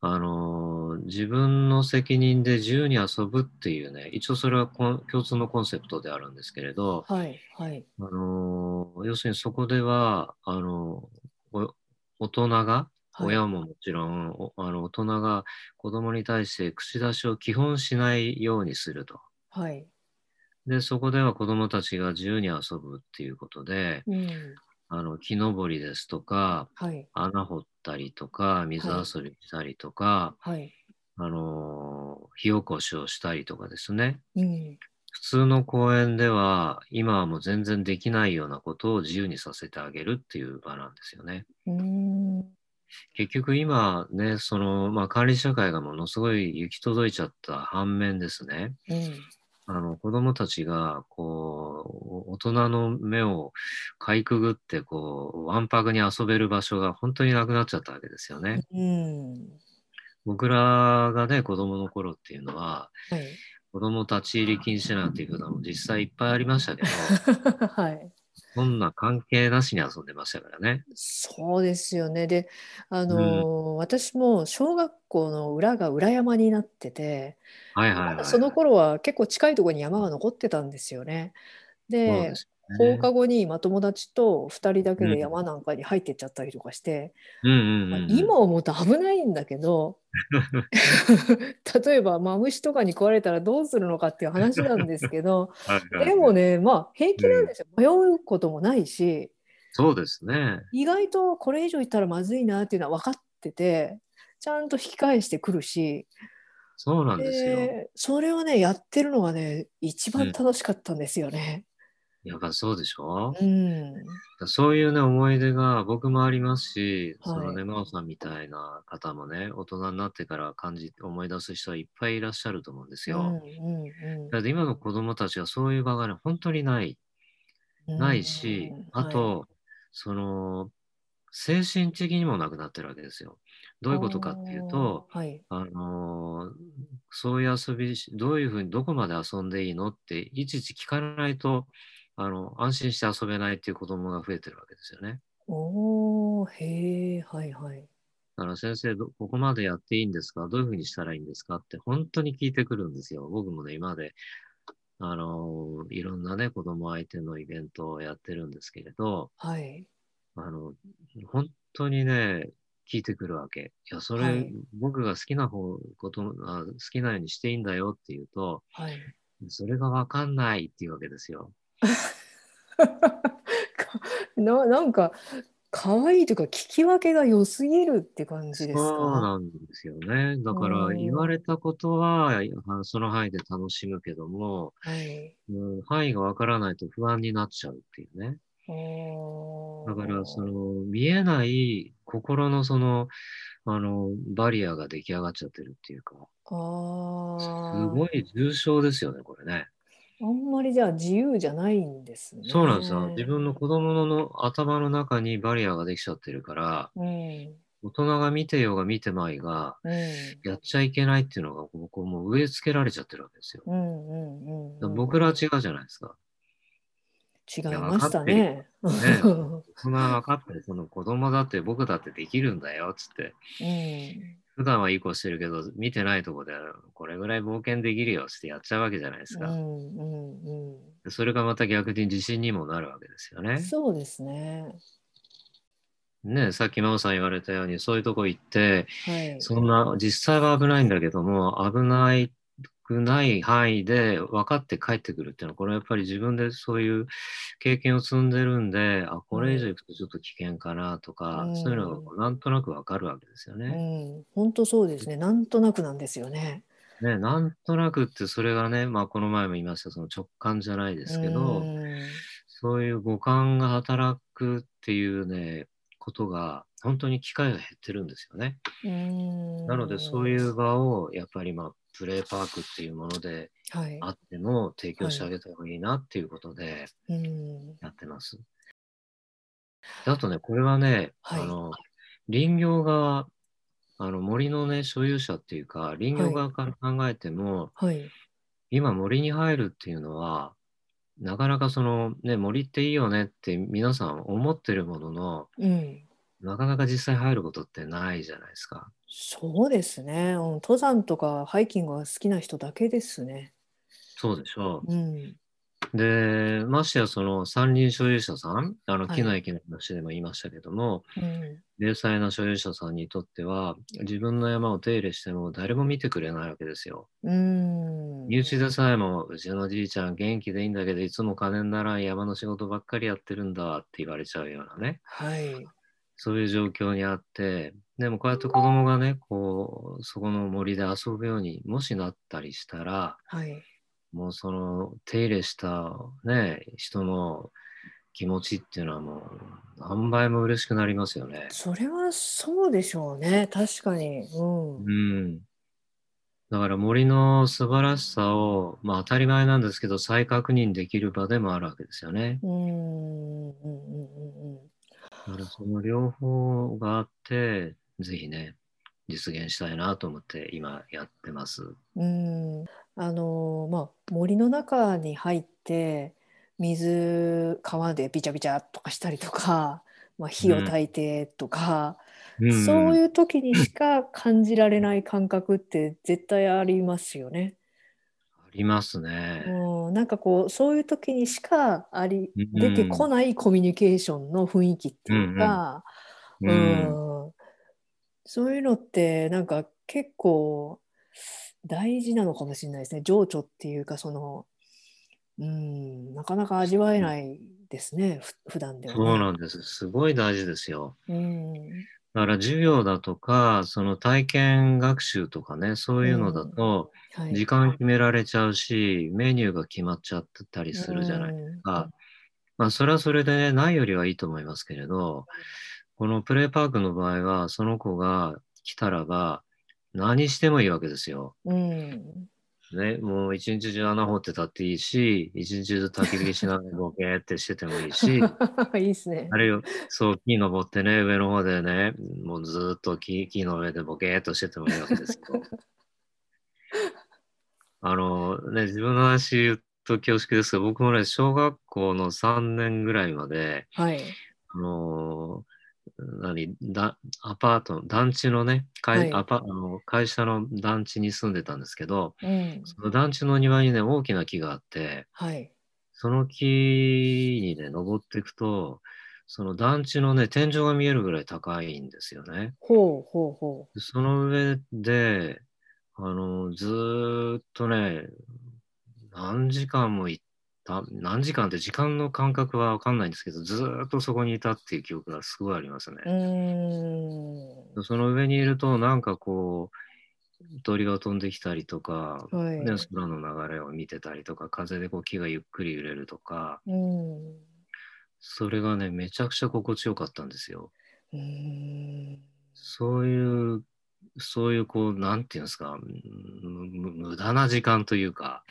あのー自分の責任で自由に遊ぶっていうね一応それはこん共通のコンセプトであるんですけれど、
はい、はい。
あのー要するにそこではあのお大人が
はい
親ももちろん、おあの大人が子供に対して口出しを基本しないようにすると。
はい。
でそこでは子供たちが自由に遊ぶっていうことで
うん。
あの木登りですとか
はい。
穴掘ったりとか水遊びしたりとか、
はい。
あのー火起こしをしたりとかですね
うん。
普通の公園では今はもう全然できないようなことを自由にさせてあげるっていう場なんですよね。
うーん。
結局今ねその、まあ、管理社会がものすごい行き届いちゃった反面ですね
うん。
あの子どもたちがこうお大人の目をかいくぐってこうわんぱくに遊べる場所が本当になくなっちゃったわけですよね。
うん。
僕らがね、子供の頃っていうのは、
はい。
子供立ち入り禁止なんていうことも実際いっぱいありました
<laughs>
けど、
はい。 <laughs>
そんな関係なしに遊んでましたからね。
そうですよね。で、あのー私も小学校の裏が裏山になってて、
はいはいはい、
まだその頃は結構近いところに山が残ってたんですよね。
そう
で
で、すよね
放課後にまあ友達と2人だけで山なんかに入ってっちゃったりとかして、
うんうん
まあ
うんうん、
今思うと危ないんだけど
<laughs>
例えば、まあ、虫とかに食われたらどうするのかっていう話なんですけ
<laughs>
ど
はいはいはい
でも、ねまあ平気なんですよ迷うこともないし
そうですね。
意外とこれ以上行ったらまずいなっていうのは分かっててちゃんと引き返してくるし
そうなんですよ。
でそれをねやってるのがね一番楽しかったんですよね。
やっぱそうでしょ、
うん、
そういうね、思い出が僕もありますし、
はい
そのね、真央さんみたいな方もね、大人になってから感じ、思い出す人はいっぱいいらっしゃると思うんですよ。
うんうん
だって今の子供たちはそういう場がね、本当にない。
うん
ないし
うん、
あと、その、精神的にもなくなってるわけですよ。どういうことかっていうと、、
はい、
あのーそういう遊びし、どういうふうに、どこまで遊んでいいのって、いちいち聞かないと、あの、安心して遊べないっていう子供が増えてるわけですよね。
おお、へえ、はいはい。
だから先生、どここまでやっていいんですかどういうふうにしたらいいんですかって、本当に聞いてくるんですよ。僕もね、今まで、あのーいろんなね、子供相手のイベントをやってるんですけれど、
はい。
あの、本当にね、聞いてくるわけ。いや、それ、
はい
僕が好きな方、ことあ、好きなようにしていいんだよって言うと、
はい。
それがわかんないっていうわけですよ。
ななんか、可愛いというか、聞き分けが良すぎるって感じです
そう
か。
なんですよね。だから、
うん
言われたことは、あその範囲で楽しむけども、
はい。
うん範囲がわからないと不安になっちゃうっていうね。
お
だ
ー
から、その、見えない心のその、あの、バリアが出来上がっちゃってるっていうか、
あ
す
ー
ごい重症ですよね、これね。
あんまりじゃあ自由じゃないんですね。
そうなんですよ。自分の子供のの頭の中にバリアができちゃってるから、
うん。
大人が見てようが見てまいが、
うん。
やっちゃいけないっていうのが、僕もう植え付けられちゃってるわけですよ。
うんうんうん、うん。
僕らは違うじゃないですか。
違いましたね。
ねそんな分かってる、その子供だって僕だってできるんだよ、つって。
うん。
普段はいい子してるけど、見てないとこで、これぐらい冒険できるよ、つってやっちゃうわけじゃないです
う
か。
んうんうん。
それがまた逆に自信にもなるわけですよね。
そうですね。
ねさっき真央さん言われたように、そういうとこ行って、
はい。
そんな、実際は危ないんだけども、危ないくない範囲で分かって帰ってくるっていうのは、これはやっぱり自分でそういう経験を積んでるんで、あ、これ以上行くとちょっと危険かなとか、
うん
そういうのがこうなんとなく分かるわけですよ
う
ね。
ん、本当そうですね。なんとなくなんですよね。
ね、なんとなくって、それがね、まあこの前も言いました、その直感じゃないですけ
う
ど、
ん
そういう五感が働くっていうね、ことが、本当に機会が減ってるんですよね。
うん
なので、そういう場を、やっぱり、まあ、プレイパークっていうもので
はい
あ。っての提供してあげた方がいいなっていうことで
うん、
やってます。であとね、これはね、
はい
あの、林業側、あの森のね、所有者っていうか、林業側から考えても、
はい。
今森に入るっていうのは、なかなかそのね、森っていいよねって皆さん思ってるものの、
うん。
なかなか実際入ることってないじゃないですか。
そうですね、うん、登山とかハイキングが好きな人だけですね。
そうでしょ
うん、
う。で、ましてやその山林所有者さん、あの
はい
木の駅の話でも言いましたけども、
うん、
零細な所有者さんにとっては、自分の山を手入れしても誰も見てくれないわけですよ。
うん、
身内でさえも、うちのじいちゃん元気でいいんだけど、いつも金にならん山の仕事ばっかりやってるんだって言われちゃうようなね。
はい、
そういう状況にあって、でもこうやって子供がね、こう、そこの森で遊ぶようにもしなったりしたら、
はい、
もうその手入れしたね、人の気持ちっていうのはもう何倍も嬉しくなりますよね。
それはそうでしょうね、確かに。うん、
うん。だから森の素晴らしさを、まあ当たり前なんですけど、再確認できる場でもあるわけですよね。
うん、うん、うん、うん、
だからその両方があって、ぜひね、実現したいなと思って今やってます。
うん、あのまあ森の中に入って水川でビチャビチャとかしたりとか、まあ、火を焚いてとか、そういう時にしか感じられない感覚って絶対ありますよね。
ありますね。
うん、なんかこうそういう時にしかあり
うん
出てこないコミュニケーションの雰囲気っていうか、
う。
うんん、そういうのってなんか結構大事なのかもしれないですね情緒っていうかその、うん、なかなか味わえないですねふ普段では、ね。
そうなんです。すごい大事ですよ。
うん
だから授業だとか、その体験学習とかね、そういうのだと、
はい、
時間決められちゃうし、メニューが決まっちゃってたりするじゃないです
うん
か。まあ、それはそれでね、ないよりはいいと思いますけれど、このプレイパークの場合は、その子が来たらば、何してもいいわけですよ。
うん
ね、もう一日中穴掘ってたっていいし、一日中焚き火しながらボケーってしててもいいし、
<laughs> いいですね
あ。るいは、そう、木登ってね、上の方でね、もうずっと木木の上でボケーっとしててもいいわけで
<laughs>
すけど。あの、ね、自分の話言うと恐縮ですが、僕もね、小学校の3年ぐらいまで、
はい。
あのー、何だアパート、団地のね、会,、
はい
アパあの会社の団地に住んでたんですけど、
うん、
その団地の庭にね、大きな木があって、
はい。
その木にね、登っていくと、その団地のね、天井が見えるぐらい高いんですよね。
ほうほうほ
でその上で、あの、ずーっとね、何時間も行った、何時間って時間の感覚はわかんないんですけど、ずーっとそこにいたっていう記憶がすごいありますね。
う。うーん。
その上にいると、なんかこう、鳥が飛んできたりとか、
はい。
ね、空の流れを見てたりとか、風でこう木がゆっくり揺れるとか、
うん。う
それがね、めちゃくちゃ心地よかったんですよ。
ーん。
そういう、そういう、こう、なんていうんですか、むむ無駄な時間というか、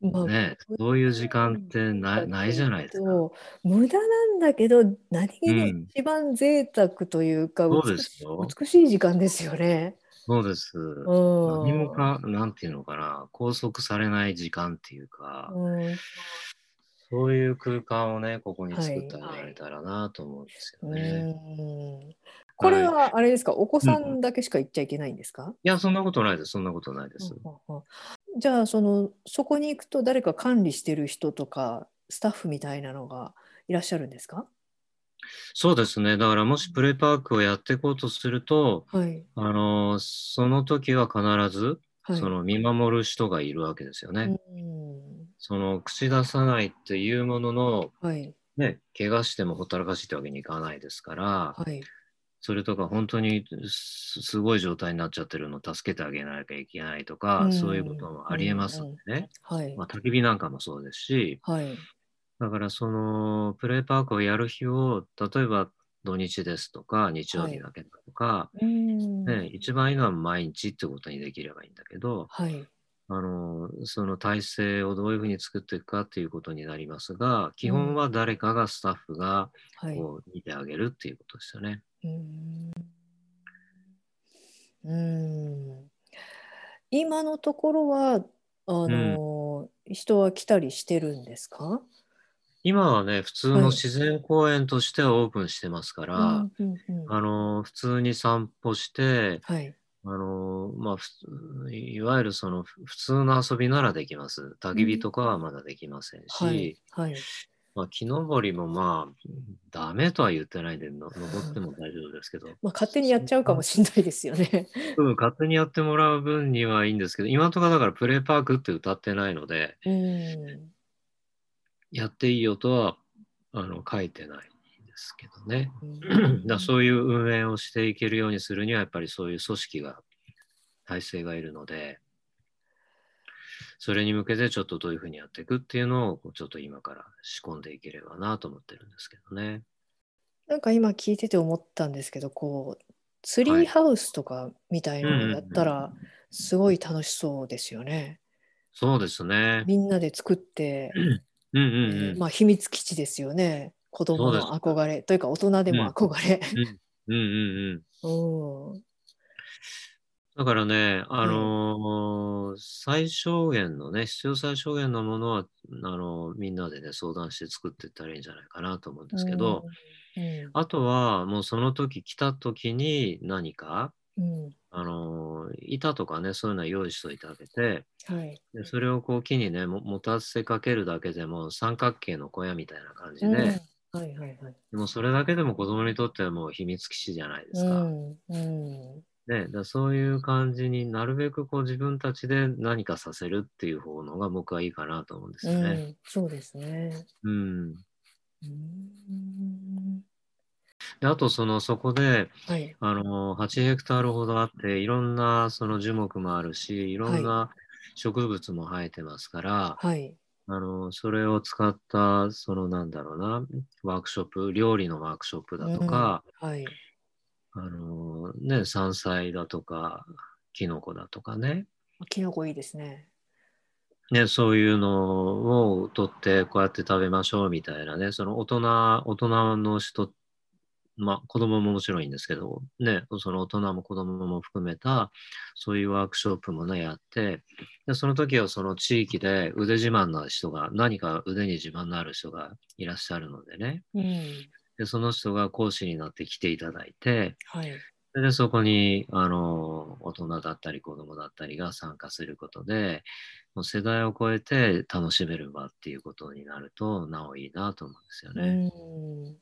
まあ、
ね、そういう時間ってなないじゃないですか。
無駄なんだけど何気
うん
に一番贅沢というか、
そう
美
で
し
すよ
美しい時間ですよね。
そうです。
うん、
何もか、なんていうのかな、拘束されない時間っていうか、
うん
そういう空間をね、ここに
はい
作ってあげられたらなと思うんですよ
う
ね。い、
んこれはあれですか、お子さんだけしか行っちゃいけないんですか、
や、そんなことないです。そんなことないです。
ほうほうほうじゃあそのそこに行くと誰か管理してる人とかスタッフみたいなのがいらっしゃるんですか
そうですね。だから、もしプレイパークをやっていこうとすると、
はい、
あの、その時は必ず、
はい、
その見守る人がいるわけですよね。
うん
その口出さないっていうものの、
はい
ね、怪我してもほったらかしってわけにいかないですから、
はい
それとか本当にすすごい状態になっちゃってるのを助けてあげなきゃいけないとか、
うん
そういうこともありえますんでね。
はい
まあ、焚き火なんかもそうですし、
はい
だからそのプレイパークをやる日を、例えば土日ですとか、日曜日だけだとか、
うん
ね、一番いいのは毎日ってことにできればいいんだけど、
はい
あのその体制をどういうふうに作っていくかということになりますが、基本は誰かがスタッフが
はい
こう見てあげるっていうことですよね。
うーんうーん今のところはあの、人は来たりしてるんですか
今はね、普通の自然公園としてオープンしてますから、
うんうんうん
あの、普通に散歩して、
はい。
あの、まあ、ふいわゆるそのふ普通の遊びならできます。焚き火とかはまだできませんし、
はい。はい。
まあ、木登りもまあ、ダメとは言ってないんで、の登っても大丈夫ですけど、
まあ、勝手にやっちゃうかもしれないですよね。
うん勝手にやってもらう分にはいいんですけど、今のところだからプレイパークって歌ってないので、
うん。
やっていいよとはあの書いてないんですけどね。 <laughs>
うん
だそういう運営をしていけるようにするには、やっぱりそういう組織が、体制がいるので、それに向けてちょっとどういうふうにやっていくっていうのを、ちょっと今から仕込んでいければなと思ってるんですけどね。
なんか今聞いてて思ったんですけど、こう、ツリーハウスとかみたいなのやったら、すごい楽しそうですよね。
そうですね。
みんなで作って、
うんうんうん。
まあ、秘密基地ですよね。子供
そうで
の
す
憧れというか、大人でも憧
<laughs>
れ。
うんうんうん。
うん。
だからね、あのー最小限のね、必要最小限のものは、あのーみんなでね、相談して作っていったらいいんじゃないかなと思うんですけど、
うん。
あとはもうその時来た時に何か、
うん。
あのー板とかね、そういうのは用意しといてあげて、
うんはい。
でそれをこう木にね、も持たせかけるだけでも三角形の小屋みたいな感じ
うん
で、
はいはいはい。
でもそれだけでも子供にとってはもう秘密基地じゃないで
う
すか。
ん。うん。
ね、だからそういう感じになるべくこう自分たちで何かさせるっていう方のが僕はいいかなと思うんです
う
よね。
ん。そうですね。
うん
うん。
であとそのそこで
はい。
あの8ヘクタールほどあっていろんなその樹木もあるしいろんな植物も生えてますから、
はい。
あのそれを使ったそのなんだろうなワークショップ料理のワークショップだとか、
はい。
あのね、山菜だとかキノコだとかね、
キノコいいですね。
ね、そういうのを取ってこうやって食べましょうみたいなね、その大人、大人の人、まあ子供ももちろんいいんですけど、ね、その大人も子供も含めた、そういうワークショップもね、やって、でその時はその地域で腕自慢な人が、何か腕に自慢のある人がいらっしゃるのでね、
うん。
でその人が講師になって来ていただいて、
はい。
それで、そこに、あの、大人だったり子供だったりが参加することで、もう世代を超えて楽しめる場っていうことになると、なおいいなと思うんですよね。
うん。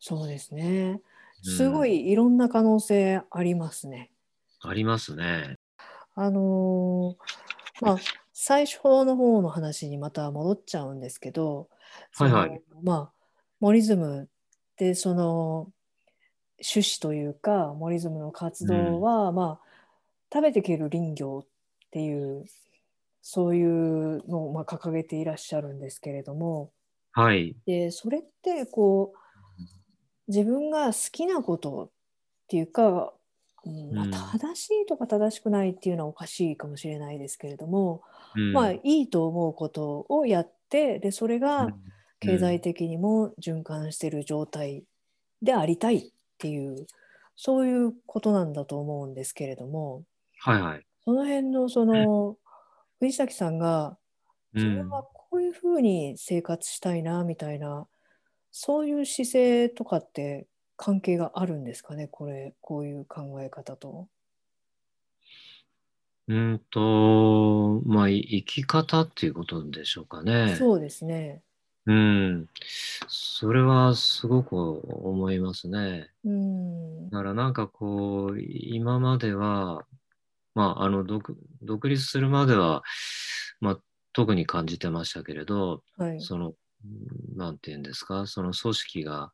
そうですね。
うん
すごいいろんな可能性ありますね。
ありますね。
あのーまあ最初の方の話にまた戻っちゃうんですけど、
はいはい
そのまあモリズムってその趣旨というかモリズムの活動は、まあ食べていける林業っていうそういうのをまあ掲げていらっしゃるんですけれども、
はい。
でそれってこう自分が好きなことっていうか、うんまあ
うん
正しいとか正しくないっていうのはおかしいかもしれないですけれども、
うん
まあいいと思うことをやってでそれ
う
が
ん
経済的にも循環してる状態でありたいっていうそういうことなんだと思うんですけれども
はいはい。
その辺のその藤崎さんが
う
自分
ん
はこういうふうに生活したいなみたいなそういう姿勢とかって関係があるんですかねこれこういう考え方と。
うんと、まあ、い生き方っていうことでしょうかね。
そうですね。
うん。それはすごく思いますね。
うん。
だからなんかこう、今までは、まあ、あの独、独立するまでは、まあ、特に感じてましたけれど、
はい。
その、うんなんていうんですか、その組織が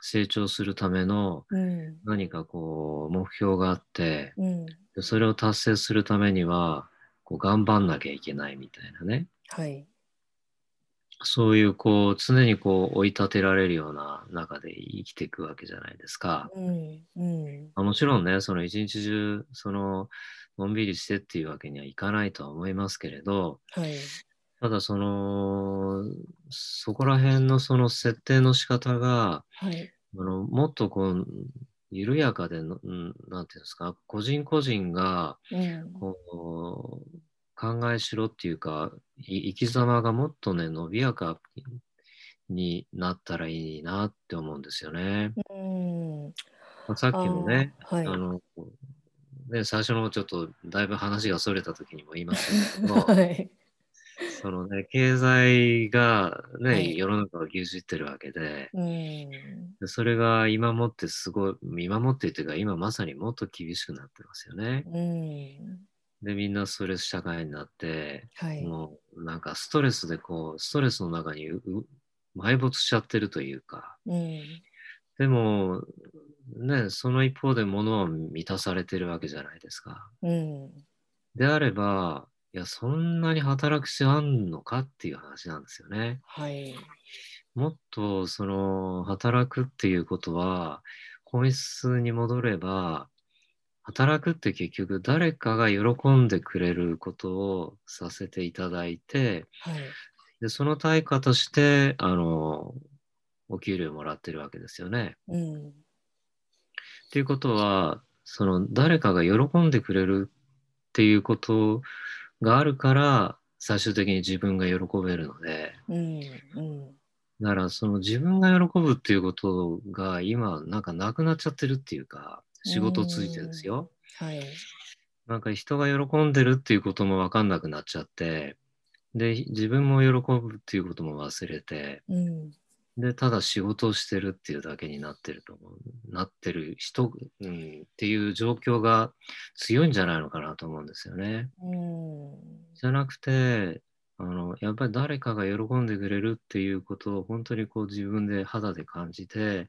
成長するための
うん。
何かこう、目標があって、
うん。
でそれを達成するためには、こう頑張んなきゃいけないみたいなね。
はい。
そういう、こう、常にこう、追い立てられるような中で生きていくわけじゃないですか。
うん。うん。
まあもちろんね、その一日中、その、のんびりしてっていうわけにはいかないとは思いますけれど、
はい。
ただその、そこら辺のその設定の仕方が、
はい。
あのもっとこう、緩やかでの、うんなんていうんですか、個人個人が、
うん。
こう、考えしろっていうか、い生き様がもっとね、伸びやかになったらいいなって思うんですよね。
うん。
まあさっきのね、
あーはい
あの、ね、最初のちょっとだいぶ話がそれた時にも言いました
<laughs>
けども、
はい。
そのね、経済がね、
はい
世の中を牛耳ってるわけで、
うん。
でそれが今もってすごい、今もってというか今まさにもっと厳しくなってますよね。
うん。
で、みんなストレス社会になって、
はい。
もうなんかストレスでこう、ストレスの中にうう埋没しちゃってるというか、
うん。
でも、ね、その一方で物は満たされてるわけじゃないですか。
うん。
であれば、いや、そんなに働く必要あんのかっていう話なんですよね。
はい。
もっと、その、働くっていうことは、本質に戻れば、働くって結局誰かが喜んでくれることをさせていただいて、
はい。
でその対価として、あの、お給料もらってるわけですよね。
うん。
っていうことは、その誰かが喜んでくれるっていうことがあるから、最終的に自分が喜べるので、
うん。うん。
だからその自分が喜ぶっていうことが今なんかなくなっちゃってるっていうか、仕事をついてですよ。
はい。
なんか人が喜んでるっていうこともわかんなくなっちゃって、で、自分も喜ぶっていうことも忘れて、
うん。
で、ただ仕事をしてるっていうだけになってると思う。なってる人、うん、っていう状況が強いんじゃないのかなと思うんですよね。
うん。
じゃなくて、あの、やっぱり誰かが喜んでくれるっていうことを本当にこう自分で肌で感じて、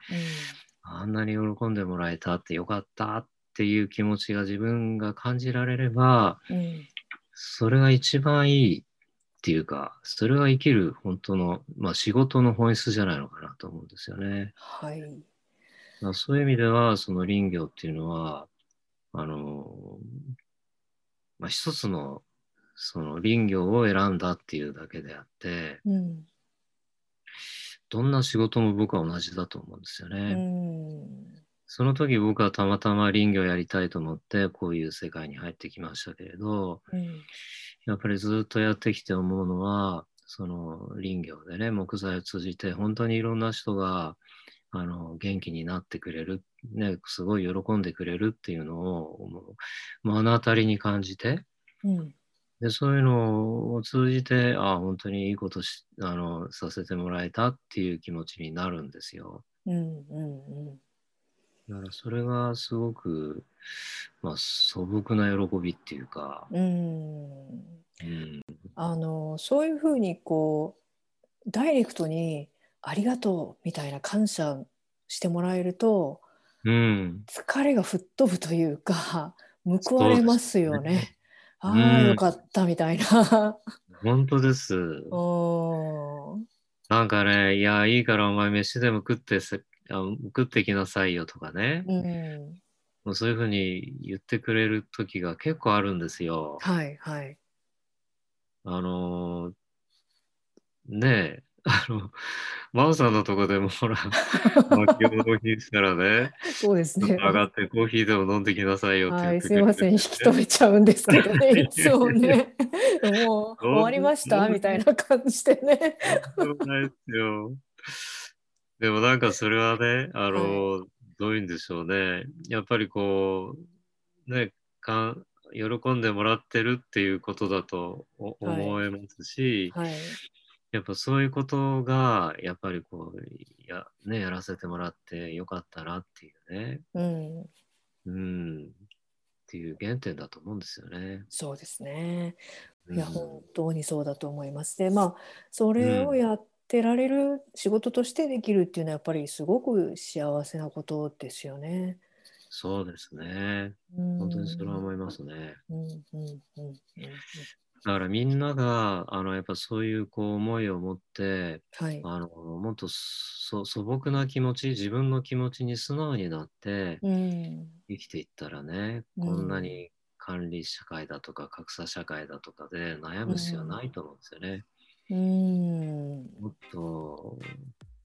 あんなに喜んでもらえたってよかったっていう気持ちが自分が感じられれば、
うん。
それが一番いいっていうか、それが生きる本当の、まあ仕事の本質じゃないのかなと思うんですよね。
はい。
まあそういう意味では、その林業っていうのは、あの、まあ、一つの、その林業を選んだっていうだけであって、
うん。
どんな仕事も僕は同じだと思うんですよ
う
ね。
ん。
その時僕はたまたま林業やりたいと思って、こういう世界に入ってきましたけれど、
うん。
やっぱりずっとやってきて思うのは、その林業でね、木材を通じて本当にいろんな人が、あの、元気になってくれる、ね、すごい喜んでくれるっていうのを、もう目の当たりに感じて、
うん。
で、そういうのを通じて、ああ、本当にいいことし、あの、させてもらえたっていう気持ちになるんですよ。
うんうんうん
だからそれがすごく、まあ、素朴な喜びっていうか、
うん
うん、
あのそういうふうにこうダイレクトに「ありがとう」みたいな感謝してもらえると
うん、
疲れが吹っ飛ぶというか報われますよね。
そう
あ
です
あ
ねうん
ーよかったみたいな。
本当です。
おー
なんかね、いや、いいからお前飯でも食ってせあ食ってきなさいよとかね、
うん、
もうそういうふうに言ってくれる時が結構あるんですよ。
はいはい。
あのーねえ、あの、真央さんのとこでもほ
<laughs>
ら、巻きを納品したらね、
そうです
ちょっと
<laughs> ね。
上がってコーヒーでも飲んできなさいよって
は
言っ
い、
て
す
くれ
い
る、
ません、引き止めちゃうんですけど
<laughs>
ね、いつもね、もう
どう
終わりましたみたいな感じでね。
とんでもないですよ。でもなんかそれはね、あの、どういうんでしょうね。やっぱりこう、ね、かん喜んでもらってるっていうことだとお
はい
思えますし、
はい、
やっぱそういうことが、やっぱりこう、や、ね、やらせてもらってよかったなっていうね、
うん、
うん、っていう原点だと思うんですよね。
そうですね。いや、
うん
本当にそうだと思います。で、まあ、それ
う
を
ん
やってられる、仕事としてできるっていうのは、やっぱりすごく幸せなことですよね。
そうですね。
うん、
本当にそれは思いますね。
うん、うん、うん、うん、
だからみんなが、あの、やっぱそういうこう思いを持って、
はい、
あの、もっとそ素朴な気持ち、自分の気持ちに素直になって
うん、
生きていったらね、
うん
こんなに管理社会だとか格差社会だとかで悩む必要はないと思うんですよね。
うん、
もっと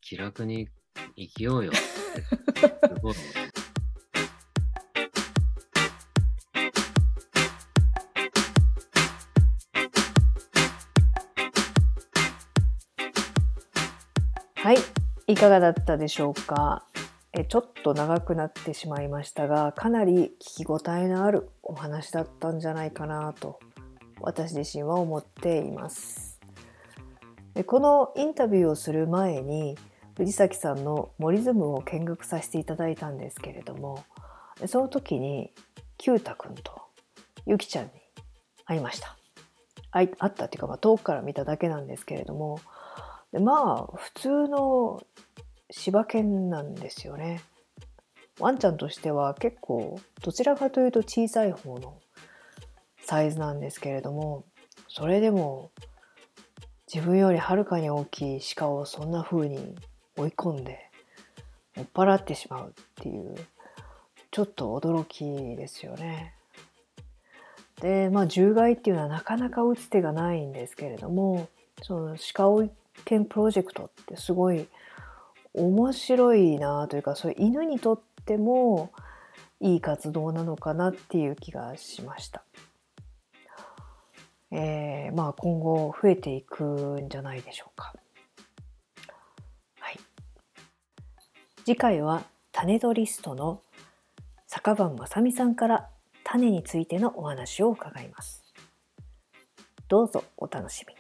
気楽に生きようよって。
<laughs>
すごい思う
はいかがだったでしょうかえちょっと長くなってしまいましたがかなり聞き応えのあるお話だったんじゃないかなと私自身は思っていますでこのインタビューをする前に藤崎さんのモリズムを見学させていただいたんですけれどもでその時にキュータくんとゆきちゃんに会いました会い会ったっていうか、まあ、遠くから見ただけなんですけれどもでまあ普通の柴犬なんですよね。ワンちゃんとしては結構どちらかというと小さい方のサイズなんですけれどもそれでも自分よりはるかに大きい鹿をそんな風に追い込んで追っ払ってしまうっていうちょっと驚きですよね。でまあ獣害っていうのはなかなか打つ手がないんですけれどもその鹿追い犬プロジェクトってすごい面白いなというかそれ犬にとってもいい活動なのかなっていう気がしました。えー、まあ今後増えていくんじゃないでしょうか。はい、次回は種ドリストの坂番正美さんから種についてのお話を伺います。どうぞお楽しみに。